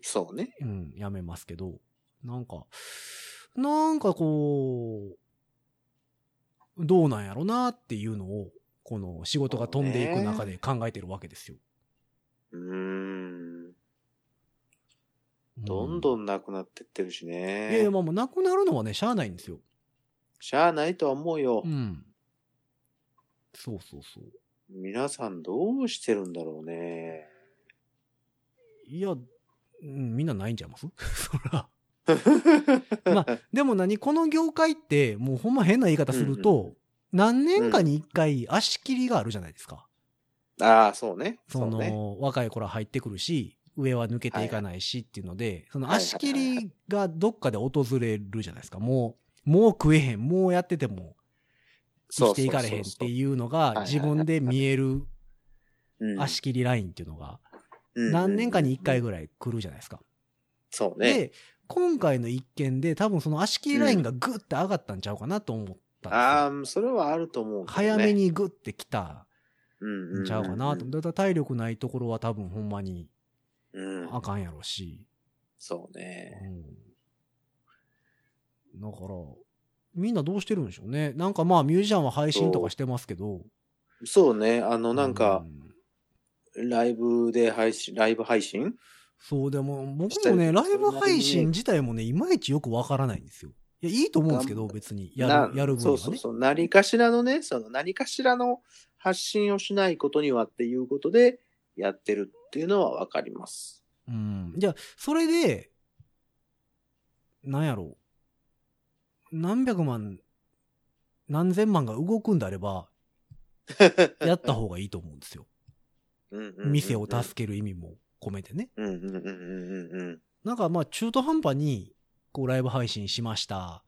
Speaker 3: そうね。
Speaker 2: うん、やめますけど、なんか、なんかこう、どうなんやろなっていうのを、この仕事が飛んでいく中で考えてるわけですよ。
Speaker 3: うーん。
Speaker 2: う
Speaker 3: どんどんなくなってってるし
Speaker 2: いやいや、
Speaker 3: ね。
Speaker 2: まあもうなくなるのはね、しゃあないんですよ。
Speaker 3: しゃあないとは思うよ。
Speaker 2: うん。そうそうそう。
Speaker 3: 皆さんどうしてるんだろうね。
Speaker 2: いや、うんみんなないんちゃいます そ ら。まあ、でも何この業界って、もうほんま変な言い方すると、
Speaker 3: うん
Speaker 2: 何年かに一回足切りがあるじゃないですか。
Speaker 3: ああ、そうね。
Speaker 2: その、
Speaker 3: うね。
Speaker 2: 若い頃は入ってくるし、上は抜けていかないしっていうので、その足切
Speaker 3: はいはい
Speaker 2: りがどっかで訪れるじゃないですか。もう、もう食えへん、もうやってても生きていかれへんっていうのが
Speaker 3: そうそうそう
Speaker 2: 自分で見える
Speaker 3: うん
Speaker 2: 足切りラインっていうのが
Speaker 3: うん
Speaker 2: 何年かに一回ぐらい来るじゃないですか。
Speaker 3: そうね。
Speaker 2: で、今回の一件で多分その足切りラインがグッて上がったんちゃうかなと思ったんですよ
Speaker 3: ああ、それはあると思うけどね。
Speaker 2: 早めにグッて来た
Speaker 3: うん
Speaker 2: んちゃうかなと。だから体力ないところは多分ほんまに
Speaker 3: うん。
Speaker 2: あかんやろうし。
Speaker 3: そうね。
Speaker 2: うん。だから、みんなどうしてるんでしょうね。なんかまあミュージシャンは配信とかしてますけど。
Speaker 3: そうね。あの、なん
Speaker 2: う
Speaker 3: か、
Speaker 2: ん
Speaker 3: ライブで配信、ライブ配信
Speaker 2: そう、でも僕
Speaker 3: した
Speaker 2: も
Speaker 3: り
Speaker 2: ね、ライブ配信自体もね、いまいちよくわからないんですよ。いや、いいと思うんですけど、別に。や
Speaker 3: な
Speaker 2: る、やる分には
Speaker 3: そう
Speaker 2: ね。
Speaker 3: そうそう。何かしらのね、その何かしらの発信をしないことにはっていうことでやってるっていうのはわかります。
Speaker 2: うん。じゃあ、それで、なんやろう。何百万、何千万が動くんであれば、やった方がいいと思うんですよ。店を助ける意味も込めてね。
Speaker 3: うんうんうんうんうんうん。
Speaker 2: なんかまあ中途半端に、こうライブ配信しましたっ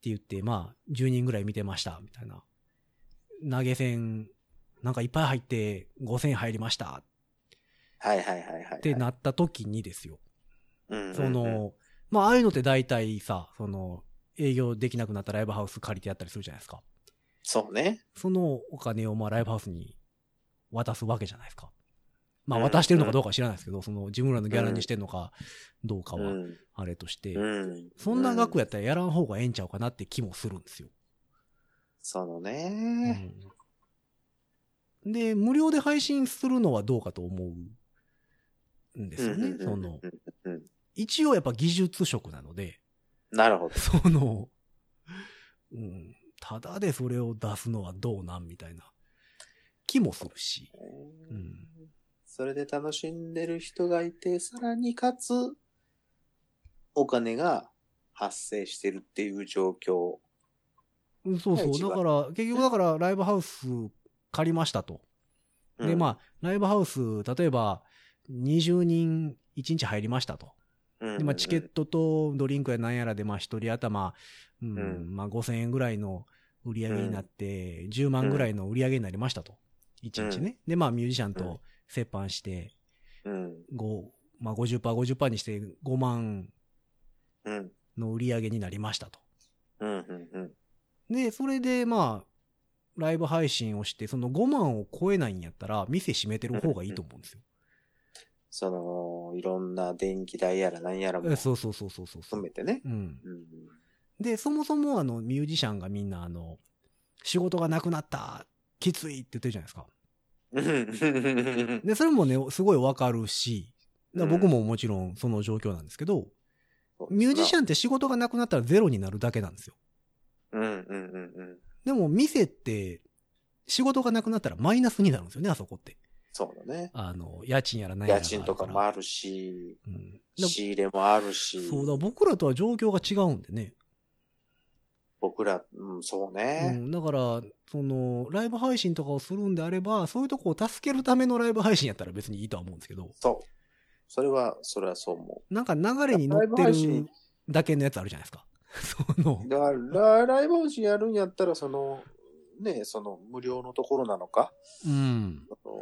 Speaker 2: て言って、まあ10人ぐらい見てましたみたいな。投げ銭、なんかいっぱい入って5000入りました
Speaker 3: はいはいはいはい。
Speaker 2: ってなった時にですよ。
Speaker 3: うんうんうん、
Speaker 2: その、まあああいうのって大体さ、その営業できなくなったライブハウス借りてやったりするじゃないですか。
Speaker 3: そうね。
Speaker 2: そのお金をまあライブハウスに渡すわけじゃないですか。まあ
Speaker 3: うん
Speaker 2: 渡してるのかどうかは知らないですけど、その自分らのギャラにしてるのかどうか
Speaker 3: う
Speaker 2: は
Speaker 3: ん。
Speaker 2: あれとして。
Speaker 3: うん。
Speaker 2: そんな額
Speaker 3: や。
Speaker 2: やったらやらん方がええんちゃうかなって気もするんですよ。
Speaker 3: その
Speaker 2: う
Speaker 3: ね。
Speaker 2: んで、無料で配信するのはどうかと思うんですよ
Speaker 3: うん
Speaker 2: ね
Speaker 3: う。んうん
Speaker 2: そ
Speaker 3: うん
Speaker 2: の
Speaker 3: うん、
Speaker 2: 一応やっぱ技術職なので、
Speaker 3: なるほど。
Speaker 2: その、うん、ただでそれを出すのはどうなんみたいな気もするし。ん
Speaker 3: それで楽しんでる人がいて、さらにかつ、お金が発生してるっていう状況。
Speaker 2: うんそうそう。
Speaker 3: 一
Speaker 2: だ
Speaker 3: 番
Speaker 2: から、結局だからライブハウス借りましたと。で、
Speaker 3: うん、
Speaker 2: まあ、ライブハウス、例えば20人1日入りましたと。
Speaker 3: うん
Speaker 2: でまあ、チケットとドリンクやなんやらで、まあ、一人頭、うん
Speaker 3: うん
Speaker 2: まあ、5000円ぐらいの売り上げになって、10万ぐらいの売り上げになりましたと。1日ね。で、まあ、ミュージシャンと折半して、
Speaker 3: うん。
Speaker 2: 5、まあ、50%、50%にして5万
Speaker 3: うん。
Speaker 2: の売り上げになりましたと。
Speaker 3: うん。うん。うん。
Speaker 2: で、それで、まあ、ライブ配信をして、その5万を超えないんやったら、店閉めてる方がいいと思うんですよ。
Speaker 3: その、いろんな電気代やら何やらも
Speaker 2: えそうそうそうそうそうそ
Speaker 3: 含
Speaker 2: う。
Speaker 3: めてね。
Speaker 2: うん。
Speaker 3: うん。
Speaker 2: で、そもそもあの、ミュージシャンがみんなあの、仕事がなくなった、きついって言ってるじゃないですか。
Speaker 3: うん
Speaker 2: で、それもね、すごいわかるし、だから僕ももちろんその状況なんですけど、ミュージシャンって仕事がなくなったらゼロになるだけなんですよ。
Speaker 3: うんうんうんうん。
Speaker 2: でも、店って、仕事がなくなったらマイナスになるんですよね、あそこって。
Speaker 3: そうだね。
Speaker 2: あの、家賃やら何や
Speaker 3: 家
Speaker 2: ら
Speaker 3: 賃とかも
Speaker 2: あ
Speaker 3: あ
Speaker 2: る
Speaker 3: るし、
Speaker 2: ら。うん。だ
Speaker 3: 仕入れもあるし、
Speaker 2: そうだ、僕らとは状況が違うんでね。
Speaker 3: 僕ら、うん、そう
Speaker 2: う
Speaker 3: ね。
Speaker 2: ん、だから、その、ライブ配信とかをするんであれば、そういうとこを助けるためのライブ配信やったら別にいいとは思うんですけど、
Speaker 3: そう。それは、それはそう思
Speaker 2: なんか流れに乗っ
Speaker 3: ライブ
Speaker 2: て
Speaker 3: 配信
Speaker 2: るだけのやつあるじゃないですか。 その
Speaker 3: う。、だから、ライブ配信やるんやったら、その、ね、その、無料のところなのか、
Speaker 2: うん。
Speaker 3: あの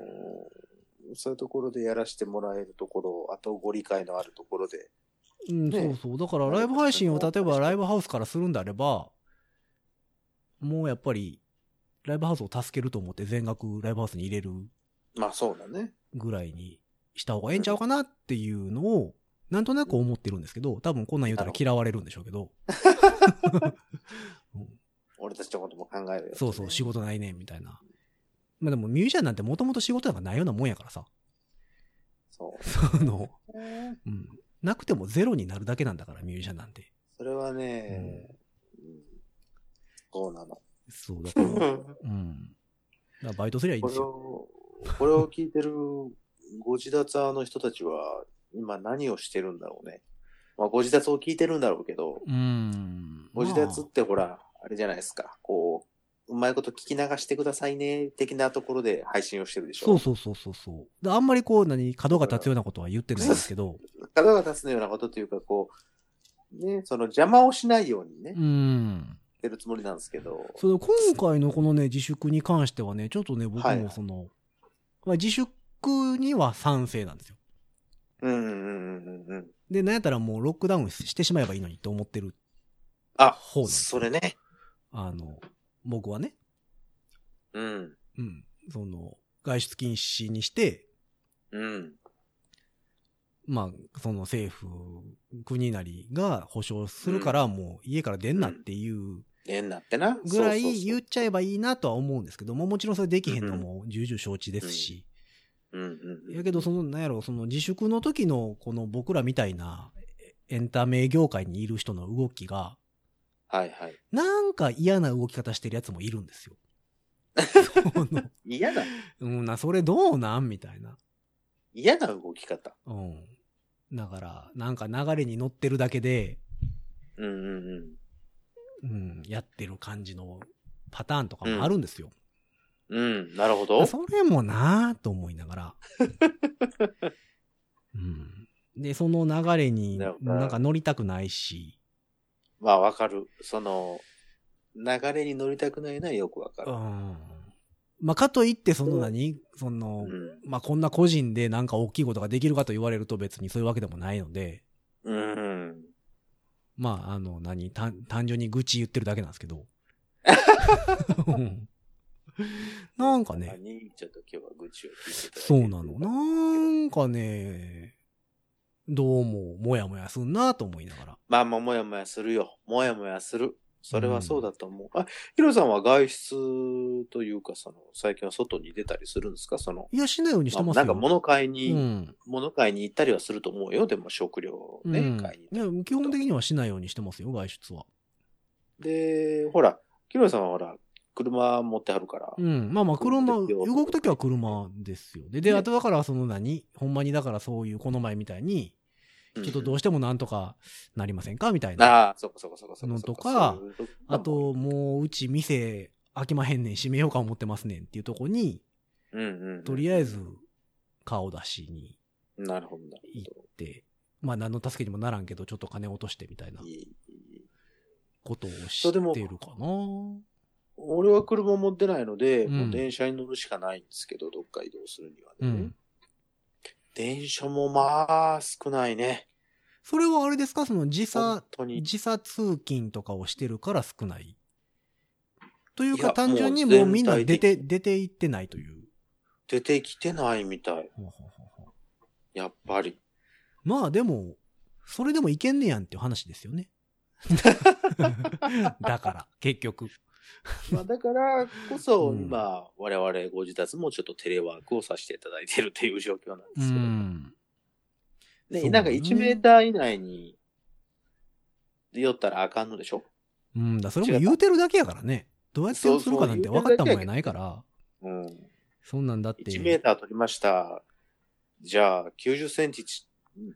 Speaker 3: そういうところでやらせてもらえるところ、あとご理解のあるところで。
Speaker 2: うん、
Speaker 3: ね
Speaker 2: そうそう。だからライブ配信を例えばライブハウスからするんであれば、もうやっぱり、ライブハウスを助けると思って全額ライブハウスに入れる
Speaker 3: まあ、そうだね。
Speaker 2: ぐらいにした方がええんちゃうかなっていうのを、なんとなく思ってるんですけど、多分こんなん言うたら嫌われるんでしょうけど、
Speaker 3: 俺たちのことも考えるよ。
Speaker 2: そうそう、仕事ないねんみたいな。まあでもミュージシャンなんてもともと仕事なんかないようなもんやからさ、
Speaker 3: そ
Speaker 2: あの、
Speaker 3: うね。
Speaker 2: うん。なくてもゼロになるだけなんだから、ミュージシャンなんて。
Speaker 3: それはね、うんそうなの。
Speaker 2: そう、だ から、うん。だからバイトすりゃいいん
Speaker 3: こ
Speaker 2: です
Speaker 3: れ
Speaker 2: よ。
Speaker 3: を、これを聞いてるご自立派の人たちは、今何をしてるんだろうね。まあ、ご自立を聞いてるんだろうけど、
Speaker 2: うん。
Speaker 3: ご自立っ
Speaker 2: ま
Speaker 3: てほら、あれじゃないですか。こう、うまいこと聞き流してくださいね、的なところで配信をしてるで
Speaker 2: あ
Speaker 3: しょ。
Speaker 2: そうそうそうそうそう。であんまりこう、何、角が立つようなことは言ってないんですけど、
Speaker 3: 角が立つのようなことというか、こう、ね、その邪魔をしない ようにね、
Speaker 2: う
Speaker 3: やっ
Speaker 2: ん。
Speaker 3: てるつもりなんですけど、
Speaker 2: その今回のこのね、自粛に関してはね、ちょっとね、僕
Speaker 3: はい
Speaker 2: もその、まあ、自粛には賛成なんですよ。
Speaker 3: うんうんうんうん
Speaker 2: で、なんやったらもうロックダウンしてしまえばいいのにと思ってる
Speaker 3: あ
Speaker 2: 方
Speaker 3: う
Speaker 2: なん
Speaker 3: ん。
Speaker 2: です
Speaker 3: そ
Speaker 2: よ
Speaker 3: れね。
Speaker 2: あの、僕はね、
Speaker 3: うん。
Speaker 2: うん。その、外出禁止にして、
Speaker 3: うん。
Speaker 2: まあ、その政府、国なりが保障するから、もう家から出んなっていう
Speaker 3: えんなってな。
Speaker 2: ぐらい
Speaker 3: そうそうそう
Speaker 2: 言っちゃえばいいなとは思うんですけども、もちろんそれできへんのも重々承知ですし。
Speaker 3: うんうんう
Speaker 2: や
Speaker 3: ん。
Speaker 2: けど、その、なんやろ、その自粛の時の、この僕らみたいな、エンタメ業界にいる人の動きが、
Speaker 3: はいはい。
Speaker 2: なんか嫌な動き方してるやつもいるん ですよ。その
Speaker 3: 嫌だ。
Speaker 2: うん、な、それどうなんみたいな。
Speaker 3: 嫌な動き方。
Speaker 2: うん。だから、なんか流れに乗ってるだけで、
Speaker 3: うんうんうん。
Speaker 2: うん、やってる感じのパターンとかもあるんですよ。
Speaker 3: うん、なるほど。
Speaker 2: それもなぁと思いなが ら。うん、で、その流れに
Speaker 3: だか
Speaker 2: な
Speaker 3: ら
Speaker 2: んか乗りたくないし、
Speaker 3: まあわかる。その、流れに乗りたくないのはよくわか
Speaker 2: う
Speaker 3: る。
Speaker 2: ん。まあ、かといって、その何その、
Speaker 3: うん。
Speaker 2: まあ、こんな個人でなんか大きいことができるかと言われると別にそういうわけでもないので、
Speaker 3: うん。
Speaker 2: まあ、あの、何、単単純に愚痴言ってるだけなんですけど。うんなんかね、
Speaker 3: 何ちょっと今日は愚痴を聞いていただいて
Speaker 2: そうなの。なんかね、どうも、もやもやすんなと思いながら。
Speaker 3: まあまあ、もやもやするよ。もやもやする。それはそうだと思う。あ、ヒロさんは外出というか、その、最近は外に出たりするんですかその、
Speaker 2: いや、しないようにして
Speaker 3: ま
Speaker 2: ま
Speaker 3: あ
Speaker 2: すよ。
Speaker 3: なんか物買いうに、
Speaker 2: ん。
Speaker 3: 物買いに行ったりはすると思うよ。でも食料
Speaker 2: うん
Speaker 3: ね、買いに行ったり
Speaker 2: いや基本的にはしないようにしてますよ、外出は。
Speaker 3: で、ほら、キロさんはほら、車持ってはるから。
Speaker 2: うん。まあまあ、車、
Speaker 3: 動く時は
Speaker 2: 動くときは車ですよね。で、
Speaker 3: ね
Speaker 2: あとだから、その何ほんまにだからそういう、この前みたいに、ちょっとどう
Speaker 3: し
Speaker 2: してもなんとかなりませんかみたい
Speaker 3: て
Speaker 2: な。
Speaker 3: ああ、そこそこそこそこ
Speaker 2: の
Speaker 3: そ
Speaker 2: と
Speaker 3: こ。
Speaker 2: か
Speaker 3: そういうとこ
Speaker 2: あ、と、もう、うち店開きまへんねん、閉めようか思ってますねんっていうとこに、
Speaker 3: うんうん、
Speaker 2: とりあえず、顔出しに
Speaker 3: なるほど、なる
Speaker 2: 行って、まあ何の助けにもならんけど、ちょっと金落としてみたいな
Speaker 3: ほど。いい
Speaker 2: ことを知
Speaker 3: そうでも
Speaker 2: ってるかな。
Speaker 3: 俺は車持ってないので、
Speaker 2: うん
Speaker 3: もう電車に乗るしかないんですけど、どっか移動するには
Speaker 2: う
Speaker 3: ね。
Speaker 2: ん。
Speaker 3: 電車もまあ、少ないね。
Speaker 2: それはあれですかその時差
Speaker 3: 本、当に。
Speaker 2: 時差通勤とかをしてるから少ない。という
Speaker 3: い
Speaker 2: か
Speaker 3: や
Speaker 2: 単純に
Speaker 3: もう
Speaker 2: もうみんな
Speaker 3: 全
Speaker 2: 出
Speaker 3: 体
Speaker 2: て、出て行ってないという。
Speaker 3: 出てきてないみたい。
Speaker 2: ほうほうほうほう
Speaker 3: やっぱ り。
Speaker 2: まあでも、それでもいけんねやんっていう話ですよ ね。だから、結局。
Speaker 3: まあだからこそ、
Speaker 2: うん
Speaker 3: 今、我々ご自宅もちょっとテレワークをさせていただいてるっていう状況なんですけ
Speaker 2: う
Speaker 3: ど。
Speaker 2: ん。
Speaker 3: ね、
Speaker 2: そうね
Speaker 3: なんか1メーター以内に、寄ったらあかんのでしょ
Speaker 2: うんだ、それも言うてるだけやからね。どうやってするかなんて分かったもんやないから。
Speaker 3: うん。
Speaker 2: そんなんだって。
Speaker 3: 1メーター取りました。じゃあ、90センチ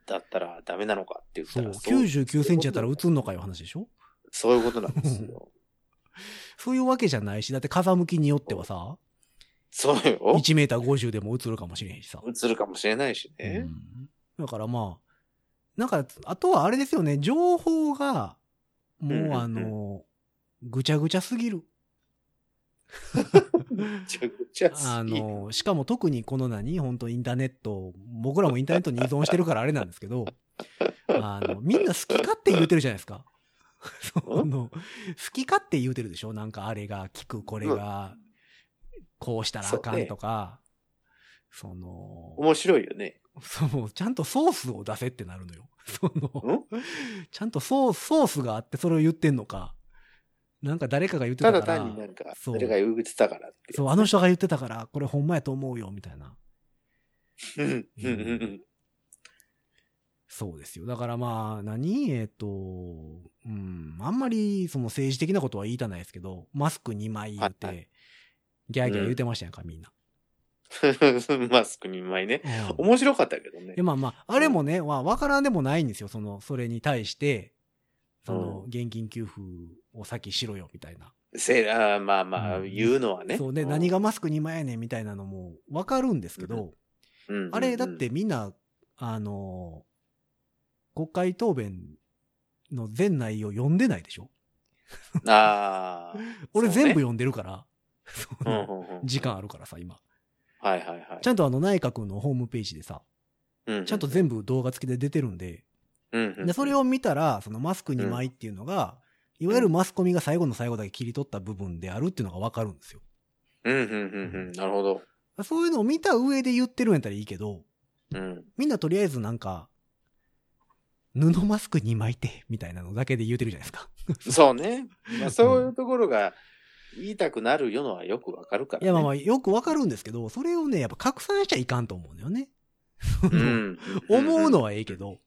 Speaker 3: だったらダメなのかって言っ
Speaker 2: そ
Speaker 3: た
Speaker 2: う、
Speaker 3: ら。
Speaker 2: 99センチやったら
Speaker 3: そういうこ
Speaker 2: 映んのかいう話でしょ
Speaker 3: とそういうことなんで すよ。
Speaker 2: そういうわけじゃないし、だって風向きによってはさ、
Speaker 3: そうよ。
Speaker 2: 1メーター50でも映るかもしれへんしさ。
Speaker 3: 映るかもしれないし
Speaker 2: う
Speaker 3: ね。
Speaker 2: んだからまあ、なんか、あとはあれですよね、情報が、も
Speaker 3: うんうんう
Speaker 2: うんあの、ぐちゃぐちゃすぎる。
Speaker 3: めちゃくちゃ
Speaker 2: あ
Speaker 3: 好き。
Speaker 2: の、しかも特にこの何、本当インターネット、僕らもインターネットに依存してるからあれなんですけど、あの、みんな好き勝手言うてるじゃないですか。 その、好き勝手言うてるでしょなんかあれが聞く、これが、こうしたらあかんとか、その、
Speaker 3: 面白いよね。
Speaker 2: そう、ちゃんとソースを出せってなるのよ。その
Speaker 3: ん、
Speaker 2: ちゃんとソース、ソースがあってそれを言ってんのか、なんか誰かが言って
Speaker 3: た
Speaker 2: たか
Speaker 3: だ
Speaker 2: ら、
Speaker 3: 単になんか、
Speaker 2: そう
Speaker 3: 誰が言ってたからって。
Speaker 2: そう、あの人が言ってたから、これほんまやと思うよ、みたいな。
Speaker 3: うんうんうんうん。
Speaker 2: そうですよ。だからまあ、何えっ、と、うん、あんまりその政治的なことは言いたないですけど、マスク2枚言う
Speaker 3: はい
Speaker 2: て、ギャーギャー言うてましたやんか、みんな。
Speaker 3: マスク2枚ね。
Speaker 2: うん
Speaker 3: 面白かったけどね
Speaker 2: いや。まあまあ、あれもね、まあ、わからんでもないんですよ。その、それに対して、その、
Speaker 3: うん
Speaker 2: 現金給付を先しろよ、みたいな。
Speaker 3: せあーまあまあ、
Speaker 2: うん
Speaker 3: 言うのはね。
Speaker 2: そうね、
Speaker 3: ん
Speaker 2: 何、がマスク2枚やねん、みたいなのもわかるんですけど、
Speaker 3: うんうん
Speaker 2: あれ、だっ、てみんな、あの、国会答弁の全内容読んでないでしょ
Speaker 3: ああ。
Speaker 2: 俺
Speaker 3: そう
Speaker 2: 全
Speaker 3: ね
Speaker 2: 部読んでるから、そ
Speaker 3: うん
Speaker 2: の
Speaker 3: うんうん
Speaker 2: 時間あるからさ、今。
Speaker 3: はいはいはい。
Speaker 2: ちゃんとあの内閣のホームページでさ、
Speaker 3: うん
Speaker 2: ちゃんと全部動画付きで出てるんで、で、それ
Speaker 3: を、
Speaker 2: を見たら、そのマスク2枚っていうのが、いわゆるマスコミが最後の最後だけ切り取った部分であるっていうのがわかるんですよ。
Speaker 3: うんうんうんうん。なるほど。
Speaker 2: そういうのを見た上で言ってるんやったらいいけど、
Speaker 3: うん。
Speaker 2: みんなとりあえずなんか、布マスク2枚って、みたいなのだけで言うてるじゃないですか。
Speaker 3: そうね。まあ、そういうところが言いたくなるよのはよくわかるから、
Speaker 2: い
Speaker 3: ね。
Speaker 2: や、まあまあ、よくわかるんですけど、それをね、やっぱ拡散しちゃいかんと思うんだよね。
Speaker 3: うん、
Speaker 2: 思うのはええけど、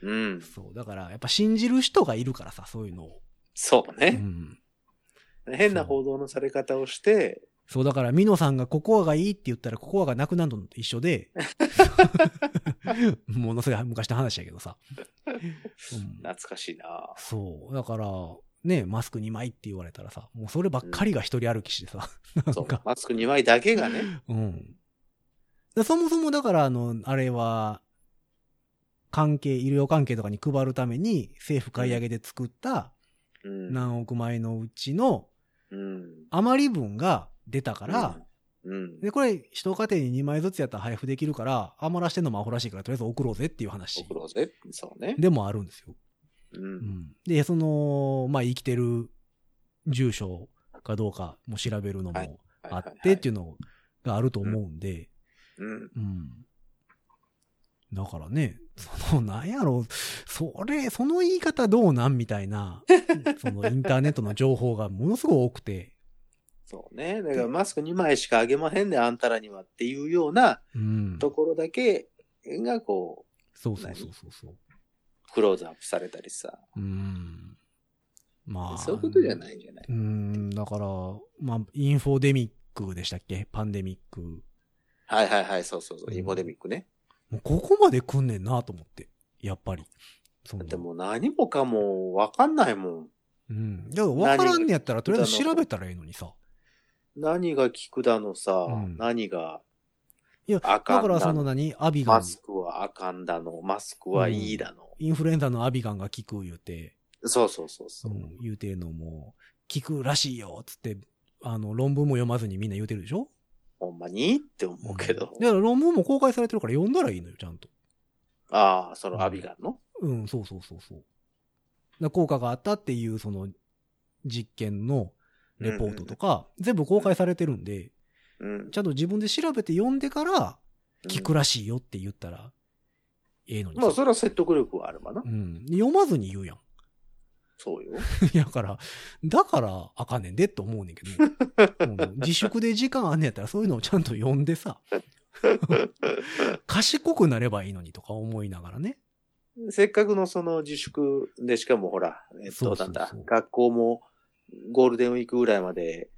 Speaker 3: うん。
Speaker 2: そう、だから、やっぱ信じる人がいるからさ、そういうのを。
Speaker 3: そう
Speaker 2: う
Speaker 3: ね。
Speaker 2: ん。
Speaker 3: 変な報道のされ方をして、
Speaker 2: そう、だから、ミノさんがココアがいいって言ったら、ココアがなくなるのと一緒で、 ものすごい昔の話だけどさ。うん、
Speaker 3: 懐かしいな。
Speaker 2: そう、だから、ね、マスク2枚って言われたらさ、もうそればっかりが一人歩きしてさ、なん
Speaker 3: そう
Speaker 2: か。、
Speaker 3: マスク2枚だけがね。
Speaker 2: うん。でそもそもだから、あの、あれは、関係、医療関係とかに配るために、政府買い上げで作った
Speaker 3: うん。
Speaker 2: 何億枚のうちの
Speaker 3: うん。
Speaker 2: 余り分が出たから、
Speaker 3: うん。
Speaker 2: で、これ、一家庭に2枚ずつやったら配布できるから、余らしてんのもアホらしいから、とりあえず送ろうぜっていう話
Speaker 3: 送ろうぜ。そうね。
Speaker 2: でもあるんですよ。
Speaker 3: う。
Speaker 2: うんん。で、その、まあ、生きてる住所かどうかも調べるのもあってっていうのがあると思うんで、
Speaker 3: うん。
Speaker 2: うん。だからね、その、なんやろ、それ、その言い方どうなんみたいな、 そのインターネットの情報がものすごく多くて、
Speaker 3: そうね。だからマスク2枚しかあげまへんねん、あんたらにはっていうような
Speaker 2: うん。
Speaker 3: ところだけがこう、
Speaker 2: そうそうそうそうそう。
Speaker 3: クローズアップされたりさ。
Speaker 2: うん。まあ。
Speaker 3: そういうことじゃ
Speaker 2: い
Speaker 3: ないんじゃない
Speaker 2: うん、だから、まあ、インフォデミックでしたっけパンデミック。
Speaker 3: はいはいはい、そうそうそうう、
Speaker 2: ん
Speaker 3: インフォデミックね。
Speaker 2: もうここまで来んねんなと思って、やっぱり。その
Speaker 3: だってもう何もかもわかんないもん。
Speaker 2: うん。だから分からんねやったら、とりあえず調べたらいいのにさ。
Speaker 3: 何が効くだのさ、
Speaker 2: うん
Speaker 3: 何が、
Speaker 2: いや、だ
Speaker 3: あかんな
Speaker 2: からその何アビガン
Speaker 3: マ。スクはあかんだの、マスクはいいだの。
Speaker 2: インフルエンザのアビガンが効く言うて、
Speaker 3: そうそうそうそう
Speaker 2: う。ん、言うてんのも、効くらしいよ、つって、あの、論文も読まずにみんな言うてるでしょ
Speaker 3: ほんまにって思うけど。
Speaker 2: うんだから論文も公開されてるから読んだらいいのよ、ちゃんと。
Speaker 3: ああ、そのアビガンの、
Speaker 2: うん、そうそうそうそう。だ効果があったっていう、その、実験のレポートとか、全部公開されてるんで、
Speaker 3: うん
Speaker 2: ち。ゃんと自分で調べて読んでから、効くらしいよって言ったら、ええのに
Speaker 3: まあ、
Speaker 2: さ。
Speaker 3: それは説得力はあるわな。
Speaker 2: うん。読まずに言うやん。
Speaker 3: そうよ。
Speaker 2: いやだから、だからあかんねんでって思うねんけど、うん自粛で時間あんねやったらそういうのをちゃんと読んでさ、賢くなればいいのにとか思いながらね。
Speaker 3: せっかくのその自粛で、しかもほら、えっ
Speaker 2: そう
Speaker 3: と、
Speaker 2: そう
Speaker 3: な
Speaker 2: そうん
Speaker 3: だ、学校もゴールデンウィークぐらいまで、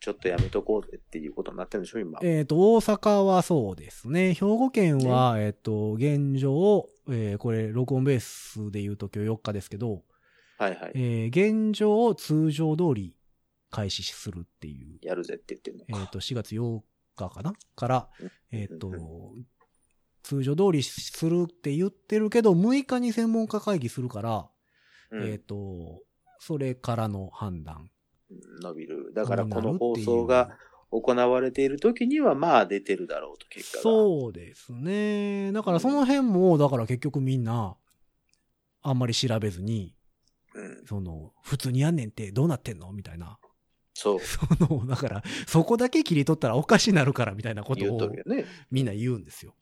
Speaker 3: ちょっとやめとこうぜっていうことになってるんでしょ、今。
Speaker 2: えっ、と、大阪はそうですね。兵庫県は、えっ、と、現状、えーこれ、録音ベースで言うと今日4日ですけど、
Speaker 3: はいはい。
Speaker 2: えー現状を通常通り開始するっていう、
Speaker 3: やるぜって言ってる
Speaker 2: えっ、
Speaker 3: のか。
Speaker 2: と、4月8日かなから、えっ、と
Speaker 3: うん、
Speaker 2: 通常通りするって言ってるけど、6日に専門家会議するから、
Speaker 3: うん
Speaker 2: えっ、と、それからの判断。
Speaker 3: 伸びる。だからこの
Speaker 2: どうなるっ
Speaker 3: 放
Speaker 2: ていう
Speaker 3: 送が行われている時には、まあ出てるだろうと、結果が。
Speaker 2: そうですね。だからその辺も、だから結局みんな、あんまり調べずに、
Speaker 3: うん。
Speaker 2: その、普通にやんねんってどうなってんのみたいな。
Speaker 3: そう。
Speaker 2: その、だから、そこだけ切り取ったらおかしになるからみたいなこと
Speaker 3: 言うと
Speaker 2: を
Speaker 3: るよね。
Speaker 2: みんな言うんですよ。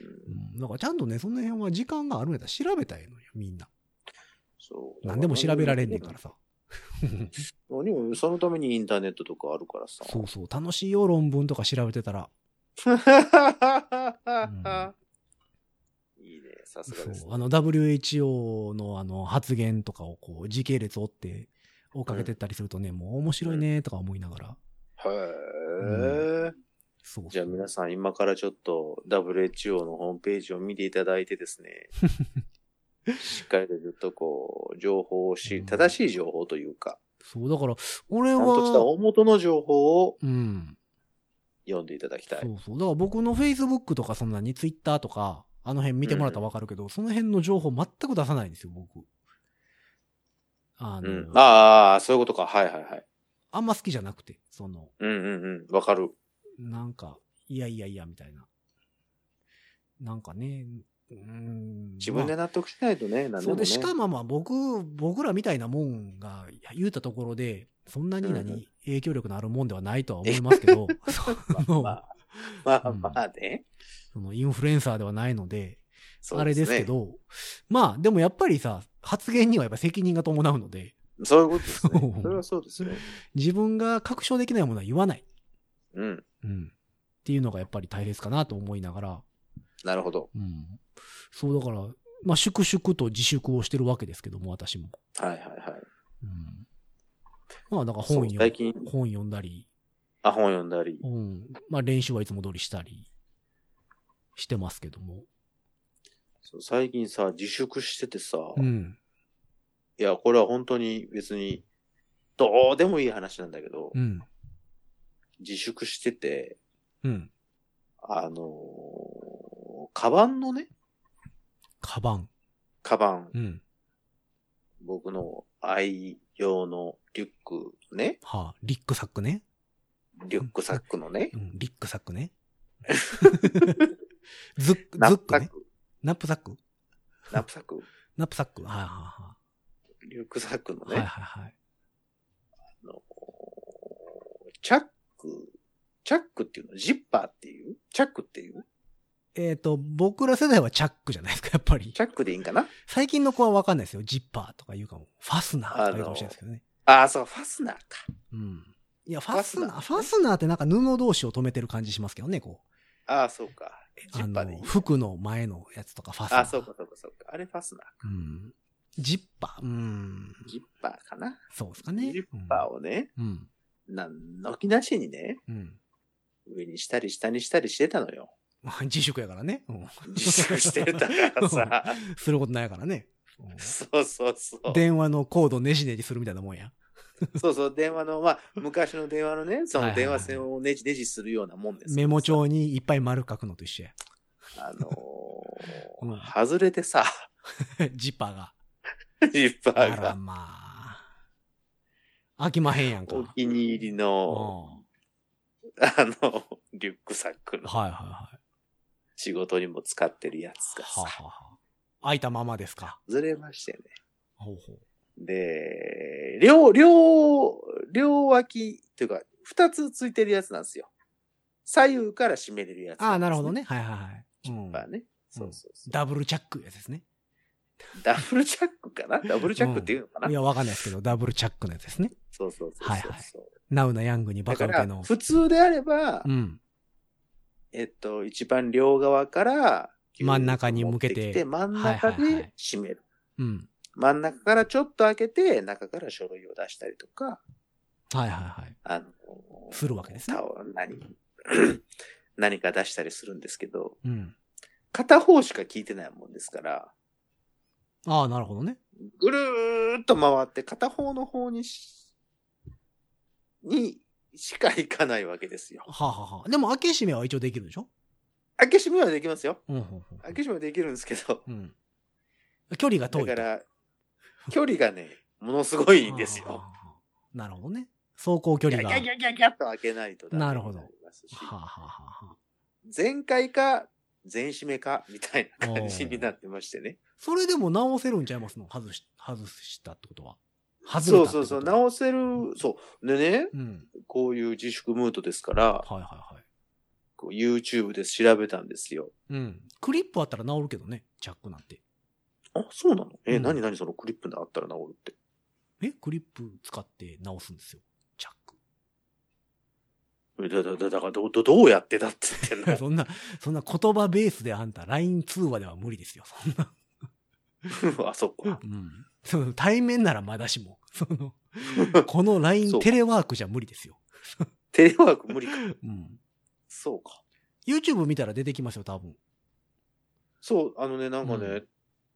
Speaker 3: うん
Speaker 2: うん。だからちゃんとね、その辺は時間があるんやったら調べたらいいのよ、みんな。
Speaker 3: そう。
Speaker 2: 何でも調べられんねんからさ。
Speaker 3: 何も、そのためにインターネットとかあるからさ。
Speaker 2: そうそう、楽しいよ、論文とか調べてたら。
Speaker 3: いいね。さすが
Speaker 2: そ
Speaker 3: で
Speaker 2: う
Speaker 3: す、ね。
Speaker 2: あの WHO のあの発言とかをこう時系列追って追っかけてったりするとね、もう面白いねとか思いながら。
Speaker 3: へえ、
Speaker 2: そうそう
Speaker 3: じゃあ皆さん今からちょっと WHO のホームページを見ていただいてで すね。しっかりとずっとこう、情報を
Speaker 2: う
Speaker 3: し
Speaker 2: ん、
Speaker 3: 正しい情報というか、
Speaker 2: そう、だから、俺
Speaker 3: ちゃんとした
Speaker 2: は、
Speaker 3: 大元の情報を
Speaker 2: うん。
Speaker 3: 読んでいただきた
Speaker 2: そ
Speaker 3: い。
Speaker 2: うそう。だから僕の Facebook とかそんなに Twitter とか、あの辺見てもらったらわかるけど、その辺の情報全く出さないんですよ、僕。あ
Speaker 3: う
Speaker 2: の、
Speaker 3: ん。ああ、そういうことか。はいはいはい。
Speaker 2: あんま好きじゃなくて、その、
Speaker 3: うんうんうん。わかる。
Speaker 2: なんか、いやいやいや、みたいな。なんかね、うーん。
Speaker 3: 自分で納得しないとね、
Speaker 2: まあ
Speaker 3: 何で
Speaker 2: そう
Speaker 3: もね。
Speaker 2: で、しかもまあ僕、僕らみたいなもんがいや言うたところで、そんなに
Speaker 3: うんう
Speaker 2: 何、影響力のあるもんではないとは思いますけ ど、その
Speaker 3: まあ、まあまあね。
Speaker 2: そのインフルエンサーではないので、
Speaker 3: そう
Speaker 2: あれですけ
Speaker 3: ね。
Speaker 2: ど、まあでもやっぱりさ、発言にはやっぱ責任が伴うので、
Speaker 3: そういうことです ね
Speaker 2: そう。
Speaker 3: それはそうですね。
Speaker 2: 自分が確証できないものは言わない。
Speaker 3: うん。
Speaker 2: うん。っていうのがやっぱり大切かなと思いながら、
Speaker 3: なるほど。
Speaker 2: うん。そうだから、まあ粛々と自粛をしてるわけですけども、私も。
Speaker 3: はいはいはい。
Speaker 2: うん。まあだから
Speaker 3: そ
Speaker 2: 本
Speaker 3: う
Speaker 2: 読
Speaker 3: 最近、
Speaker 2: 本読んだり、
Speaker 3: あ、本読んだり
Speaker 2: う。ん。まあ練習はいつも通りしたりしてますけども。
Speaker 3: そう最近さ、自粛しててさ、
Speaker 2: うん。
Speaker 3: いや、これは本当に別に、どうでもいい話なんだけど、
Speaker 2: うん。
Speaker 3: 自粛してて、
Speaker 2: うん。
Speaker 3: あのーカバンのね、
Speaker 2: カバン。
Speaker 3: カバン、
Speaker 2: うん。
Speaker 3: 僕の愛用のリュックね、
Speaker 2: はあ、リュックサックね。
Speaker 3: リュックサックのね
Speaker 2: う、ん、リュックサック ね。ズック、
Speaker 3: ナ
Speaker 2: ズッ
Speaker 3: ップ
Speaker 2: ク
Speaker 3: サッ
Speaker 2: ね。
Speaker 3: ク、
Speaker 2: ナップサック
Speaker 3: ナップサック、
Speaker 2: ナップサック。はいは
Speaker 3: リュックサックの
Speaker 2: いはい。はい
Speaker 3: ね、
Speaker 2: はいはい。
Speaker 3: あのーチャック、チャックっていうの、ジッパーっていうチャックっていう
Speaker 2: えっ、と、僕ら世代はチャックじゃないですか、やっぱり
Speaker 3: チ。ャックでいいんかな
Speaker 2: 最近の子はわかんないですよ。ジッパーとか言うかも。ファスナーとか言うかもしれないですけどね。
Speaker 3: ああ、そう、ファスナーか。
Speaker 2: うん。いや、ファスナー、フ
Speaker 3: ファ
Speaker 2: ァ
Speaker 3: スナーね
Speaker 2: スナーってなんか布同士を止めてる感じしますけどね、こう。
Speaker 3: ああ、そうか。ジ
Speaker 2: あ
Speaker 3: ッパーでいい
Speaker 2: の、。服の前のやつとかファスナー。
Speaker 3: あ、そうか、そうか、そうか。あれファスナー
Speaker 2: うん。ジッパー。うん。
Speaker 3: か。ジッパーかな。
Speaker 2: そうですかね。
Speaker 3: ジッパーをね、
Speaker 2: うん。
Speaker 3: なんの気なしにね、
Speaker 2: うん。 うん。
Speaker 3: 上にしたり下にしたりしてたのよ。
Speaker 2: 自粛やからね。うん。
Speaker 3: 自粛してたからさ。
Speaker 2: することないからね。
Speaker 3: そうそうそう。
Speaker 2: 電話のコードねじねじするみたいなもんや。
Speaker 3: そうそう、電話の、まあ、昔の電話のね、そ
Speaker 2: はいは
Speaker 3: の
Speaker 2: い
Speaker 3: 電
Speaker 2: はい
Speaker 3: 話線をねじねじするようなもんです。
Speaker 2: メモ。帳にいっぱい丸書くのと一緒や。
Speaker 3: あのー
Speaker 2: うん
Speaker 3: 外れてさ、
Speaker 2: ジッパーが。
Speaker 3: ジッパ
Speaker 2: あ
Speaker 3: ー
Speaker 2: ら
Speaker 3: が、
Speaker 2: まあ。飽きまへんやんか。
Speaker 3: お気に入りの、
Speaker 2: うん
Speaker 3: あの、リュックサックの
Speaker 2: はいはいはい。
Speaker 3: 仕事にも使ってるやつが
Speaker 2: は
Speaker 3: さ、
Speaker 2: あはあ空いたままですか。
Speaker 3: 外れましてね。
Speaker 2: ほうほう。
Speaker 3: で、両、両、両脇というか、二つついてるやつなんですよ。左右から締めれるやつ、
Speaker 2: ああ、なるほど。ね。はいはいはい。うん
Speaker 3: まあね。そうそうそう。
Speaker 2: ダブルチャックやつですね。
Speaker 3: ダブルチャックかなダブルチャックっていうのかな、
Speaker 2: いや、わかんないですけど、ダブルチャックのやつですね。
Speaker 3: そうそうそうそう。
Speaker 2: はいはいナウなヤングにバ
Speaker 3: だ
Speaker 2: カ受
Speaker 3: か
Speaker 2: け
Speaker 3: ら、
Speaker 2: の。
Speaker 3: 普通であれば、
Speaker 2: うん。
Speaker 3: えっと、一番両側から、
Speaker 2: 真ん中に向けて
Speaker 3: 持ってき真ん中
Speaker 2: はいはいはい
Speaker 3: で締める。
Speaker 2: うん。
Speaker 3: 真ん中からちょっと開けて、中から書類を出したりとか、
Speaker 2: はいはいはい。
Speaker 3: あの、
Speaker 2: するわけですね
Speaker 3: タオル何 何か出したりするんですけど、
Speaker 2: うん。
Speaker 3: 片方しか聞いてないもんですから、
Speaker 2: ああ、なるほどね。
Speaker 3: ぐるーっと回って片方の方にし、にしか行かないわけですよ。
Speaker 2: はあ、はあはあ、でも、開け閉めは一応できるでしょ
Speaker 3: 開け閉めはできますよ。
Speaker 2: うん、うん
Speaker 3: 開け閉めはできるんですけど、
Speaker 2: うん、うん。距離が遠
Speaker 3: だ
Speaker 2: いと。
Speaker 3: から、距離がね、ものすごいんです
Speaker 2: はあは
Speaker 3: よ。
Speaker 2: あはあ。なるほどね。走行距
Speaker 3: ギャ
Speaker 2: 離
Speaker 3: ギ
Speaker 2: が。
Speaker 3: ャギャギャギャっと開けないとダメ
Speaker 2: なるほど
Speaker 3: にりますし
Speaker 2: はあ、はあはあ。
Speaker 3: 全開か、全閉めか、みたいな感じになってましてね。
Speaker 2: それでも直せるんちゃいますの外し、外したってことは。外
Speaker 3: そ
Speaker 2: れたっ
Speaker 3: う
Speaker 2: てこと
Speaker 3: そうそう、
Speaker 2: う。
Speaker 3: 直せる、そう。でね、
Speaker 2: うん。
Speaker 3: こういう自粛ムードですから、
Speaker 2: はいはいはい。
Speaker 3: こう YouTube で調べたんですよ。
Speaker 2: うん。クリップあったら治るけどね、チャックなんて。
Speaker 3: あ、そうなのえ、
Speaker 2: うん
Speaker 3: 何何そのクリップであったら治るって。
Speaker 2: えクリップ使って直すんですよ。チャック。
Speaker 3: だ、だ、だ、だからど、ど、どうやってだって言ってん の
Speaker 2: そんな、そんな言葉ベースであんた LINE 通話では無理ですよ。そんな。
Speaker 3: あそこ。
Speaker 2: うん。その対面ならまだしも。そ の、この LINE
Speaker 3: そう
Speaker 2: テレワークじゃ無理ですよ。
Speaker 3: テレワーク無理か。
Speaker 2: うん。
Speaker 3: そうか。
Speaker 2: YouTube 見たら出てきますよ、多分。
Speaker 3: そう、あのね、なんかね、
Speaker 2: う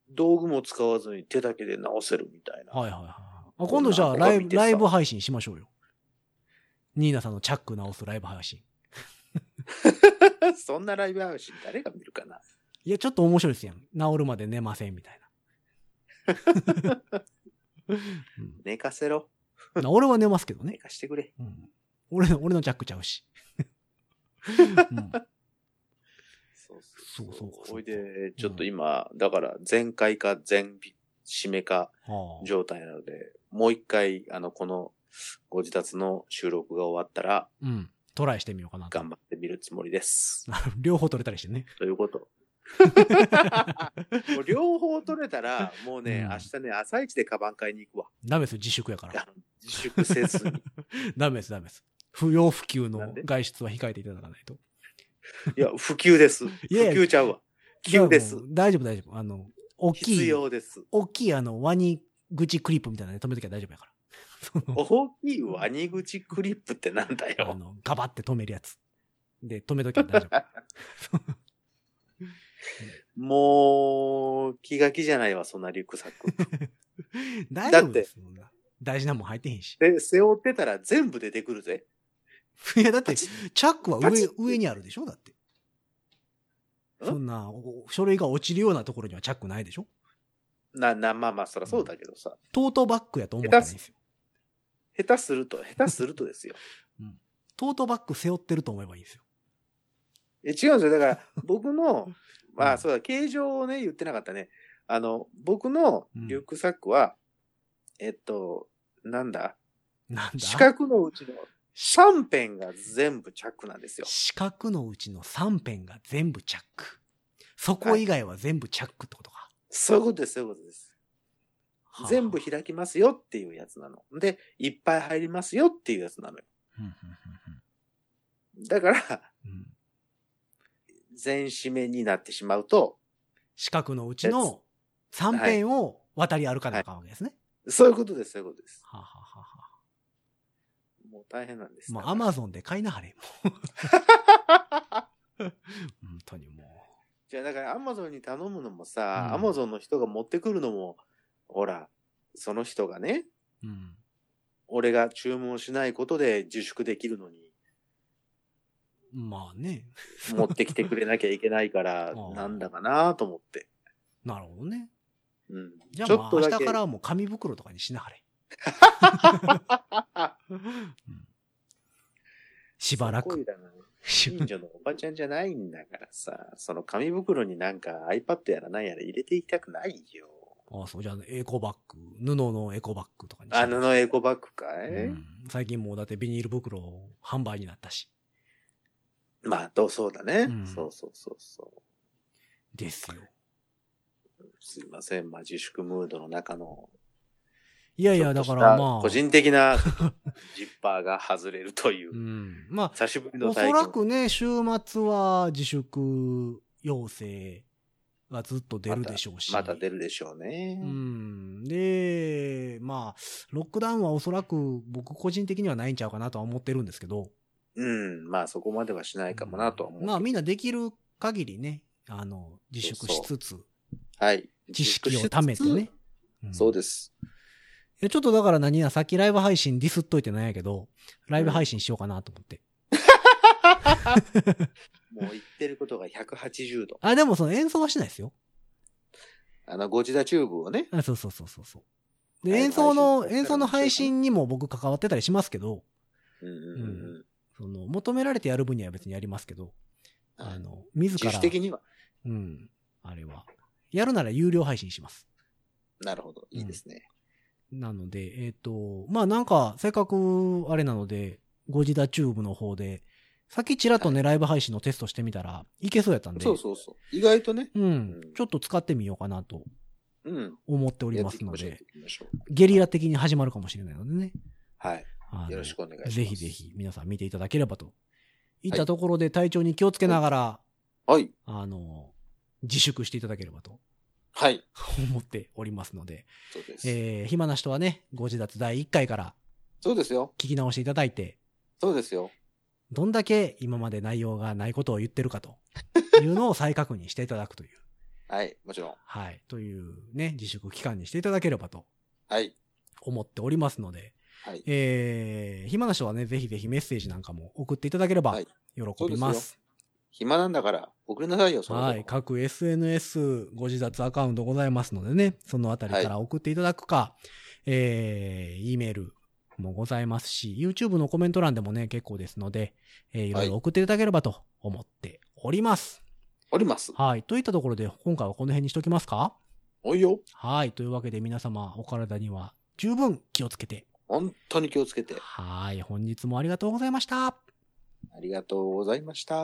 Speaker 3: 道具も使わずに手だけで直せるみたいな。
Speaker 2: はいはいはい。あ今度じゃあライブ、ライブ配信しましょうよ。ニーナさんのチャック直すライブ配信。
Speaker 3: そんなライブ配信誰が見るかな。
Speaker 2: いや、ちょっと面白いですやん。治るまで寝ません、みたい な。うん
Speaker 3: 寝かせろ。
Speaker 2: な俺は寝ますけど
Speaker 3: 寝
Speaker 2: ね。
Speaker 3: かしてくれ。
Speaker 2: うん、俺の、俺のチャックちゃうし。 うん
Speaker 3: そ
Speaker 2: そう
Speaker 3: う
Speaker 2: そうかそうか
Speaker 3: ほいで、ちょっと今、だから全開か全締めか
Speaker 2: はあ
Speaker 3: 状態なので、もう一回、あの、このご自宅の収録が終わったら、
Speaker 2: うん。トライしてみようかなと。
Speaker 3: 頑張ってみるつもりです。
Speaker 2: 両方取れたりしてね。
Speaker 3: とい うこと。もう両方取れたら、もうね、
Speaker 2: うん
Speaker 3: 明日ね、朝一でカバン買いに行くわ。
Speaker 2: ダメですよ、自粛やから。
Speaker 3: 自粛せずに。
Speaker 2: ダメです、ダメです。不要不急
Speaker 3: な
Speaker 2: の
Speaker 3: んで
Speaker 2: 外出は控えていただかないと。
Speaker 3: いや、普及です。普
Speaker 2: いや
Speaker 3: 及ちゃうわ。急です
Speaker 2: いや。もう大丈夫、大丈夫。あの、大き
Speaker 3: 必
Speaker 2: い、
Speaker 3: 要です。
Speaker 2: 大きいあの、ワニ口クリップみたいなので止めときゃ大丈夫やから。その
Speaker 3: 大きいワニ口クリップってなんだ
Speaker 2: あ
Speaker 3: よ。
Speaker 2: の、ガバって止めるやつ。で、止めときゃ大丈夫。
Speaker 3: もう、気が気じゃないわ、そんなリュックサック。
Speaker 2: 大丈夫です。そんな大事なもん入ってへんし。
Speaker 3: で、背負ってたら全部出てくるぜ。
Speaker 2: いや、だって、
Speaker 3: パチ
Speaker 2: チャックは
Speaker 3: パチ
Speaker 2: 上
Speaker 3: ッ、
Speaker 2: 上にあるでしょだって。そんな、お書類が落ちるようなところにはチャックないでしょ
Speaker 3: な、な、まあまあ、そらそうだけどさ。
Speaker 2: トートバッグやと思ってないんですよ。
Speaker 3: 下手すると、下手するとですよ。
Speaker 2: トートバッグ背負ってると思えばいいんですよ。
Speaker 3: え、違うんですよ。だから、僕の、ま
Speaker 2: う
Speaker 3: あ、
Speaker 2: ん
Speaker 3: そうだ、形状をね、言ってなかったね。あの、僕の
Speaker 2: うん
Speaker 3: リュックサックは、えっと、なんだ
Speaker 2: なんだ
Speaker 3: 四角のうちの3辺が全部チャックなんですよ。
Speaker 2: 四角のうちの3辺が全部チャック。そこ以外は全部チャックってことか。
Speaker 3: そういうことです、そういうことです。
Speaker 2: はあ
Speaker 3: 全部開きますよっていうやつなの。で、いっぱい入りますよっていうやつなのよ。
Speaker 2: うんうん
Speaker 3: だから、
Speaker 2: うんうん
Speaker 3: 全締めになってしまうと、
Speaker 2: 四角のうちの3辺を渡り歩かなあかんわけですね。
Speaker 3: そういうことです、そういうことです。
Speaker 2: はあはあはあは
Speaker 3: もう大変なんです。
Speaker 2: あ。もう
Speaker 3: だか
Speaker 2: ア
Speaker 3: ら
Speaker 2: マゾンで買いなはれ。もう 本当にも
Speaker 3: じゃあだからアマゾンに頼むのもさ、
Speaker 2: う
Speaker 3: ア
Speaker 2: ん
Speaker 3: マゾンの人が持ってくるのも、ほら、その人がね、
Speaker 2: う。うん。
Speaker 3: 俺が注文しないことで自粛できる のに、
Speaker 2: まあね。
Speaker 3: 持ってきてくれなきゃいけないから
Speaker 2: あー、
Speaker 3: なんだかなと思って。
Speaker 2: なるほどね。
Speaker 3: うん。
Speaker 2: じゃ
Speaker 3: ち
Speaker 2: あ
Speaker 3: ょ
Speaker 2: ま
Speaker 3: っ
Speaker 2: あ
Speaker 3: と
Speaker 2: 明
Speaker 3: だ
Speaker 2: 日
Speaker 3: け
Speaker 2: からはもう紙袋とかにしなはれ。 しばら
Speaker 3: 恋
Speaker 2: く。
Speaker 3: だな近所のおばちゃんじゃないんだからさ、その紙袋になんか iPad やら何やら入れていきたくないよ。
Speaker 2: あそう、じゃあエコバッグ、布のエコバッグとかにし
Speaker 3: あ
Speaker 2: なはれ
Speaker 3: のエコバッグかい、
Speaker 2: うん最近もうだってビニール袋販売になったし。
Speaker 3: まあ、どうそうだね、
Speaker 2: うん
Speaker 3: そうそうそうそ
Speaker 2: ですよ。
Speaker 3: う。すいません。まあ、自粛ムードの中の。
Speaker 2: いやい
Speaker 3: い
Speaker 2: や、だからまあ。
Speaker 3: 個人的なジッパーが外れるというう。
Speaker 2: ん。ま
Speaker 3: 久しぶり
Speaker 2: あ、お
Speaker 3: の
Speaker 2: そ
Speaker 3: 体験
Speaker 2: らくね、週末は自粛要請がずっと出るでしょうし。
Speaker 3: また出るでしょうね。
Speaker 2: うん。で、まあ、ロックダウンはおそらく僕個人的にはないんちゃうかなとは思ってるんですけど。
Speaker 3: うん。まあ、そこまではしないかもなとは思うけど。
Speaker 2: まあ、みんなできる限りね、あの、自粛しつつ、
Speaker 3: はい。
Speaker 2: 知識を貯めてね。。ん
Speaker 3: そうです。
Speaker 2: いや、ちょっとだから何や、さっきライブ配信ディスっといてなんやけど、ライブ配信しようかなと思って。
Speaker 3: もう言ってることが180度。
Speaker 2: あ、でもその演奏はしないですよ。
Speaker 3: あの、ゴジダチューブをね。
Speaker 2: あそうそうそうそうそう。で、
Speaker 3: ライブ
Speaker 2: 演奏の、
Speaker 3: 配信
Speaker 2: 演奏の配信にも僕関わってたりしますけど、
Speaker 3: うんうんうんうん。
Speaker 2: その、求められてやる分には別にやりますけど、あの、自
Speaker 3: 自
Speaker 2: ら
Speaker 3: 主、的には。
Speaker 2: うん、あれは、やるなら有料配信します。
Speaker 3: なるほど。いいですね。
Speaker 2: なので、えっ、と、まあなんか、せっかく、あれなので、ゴジダチューブの方で、さっきちらっとね、ライブ配信のテストしてみたら、いけそうやったんで、
Speaker 3: そうそうそう。意外とね。
Speaker 2: うん
Speaker 3: うん、
Speaker 2: ちょっと使ってみようかなと
Speaker 3: うん。
Speaker 2: 思っており
Speaker 3: や
Speaker 2: ま
Speaker 3: って
Speaker 2: す
Speaker 3: いき
Speaker 2: の
Speaker 3: ましょう。やっ
Speaker 2: で
Speaker 3: て、いきましょう
Speaker 2: ゲリラ的に始まるかもしれないのでね。
Speaker 3: はい。
Speaker 2: あの
Speaker 3: よろしくお願いします。
Speaker 2: ぜひぜ。ひ皆さん見ていただければといったところで体調に気をつけながら、
Speaker 3: はい。
Speaker 2: あの、自粛していただければと
Speaker 3: はい。
Speaker 2: 思っておりますので、
Speaker 3: そうです。
Speaker 2: えー、暇な人はね、ご自立第1回から
Speaker 3: そうですよ。
Speaker 2: 聞き直していただいて、
Speaker 3: そうですよ。
Speaker 2: どんだけ今まで内容がないことを言ってる かというのを再確認していただくという、
Speaker 3: はい。もちろん。
Speaker 2: はい、というね、自粛期間にしていただければと
Speaker 3: はい。
Speaker 2: 思っておりますので、
Speaker 3: はい。
Speaker 2: えー、暇な人はね、ぜひぜひメッセージなんかも送っていただければ
Speaker 3: はい
Speaker 2: 喜びます。
Speaker 3: 暇なんだから、送りなさいよ、それ
Speaker 2: はい。各 SNS ご自立アカウントございますのでね、そのあたりから送っていただくか、えー、E メールもございますし、YouTube のコメント欄でもね、結構ですので、えー、いろいろ送っていただければと思っております。
Speaker 3: おります。
Speaker 2: はい。といったところで、今回はこの辺にしときますか
Speaker 3: おいよ。
Speaker 2: はい。というわけで皆様、お体には十分気をつけて。
Speaker 3: 本当に気をつけて。
Speaker 2: はい。本日もありがとうございました。
Speaker 3: ありがとうございました。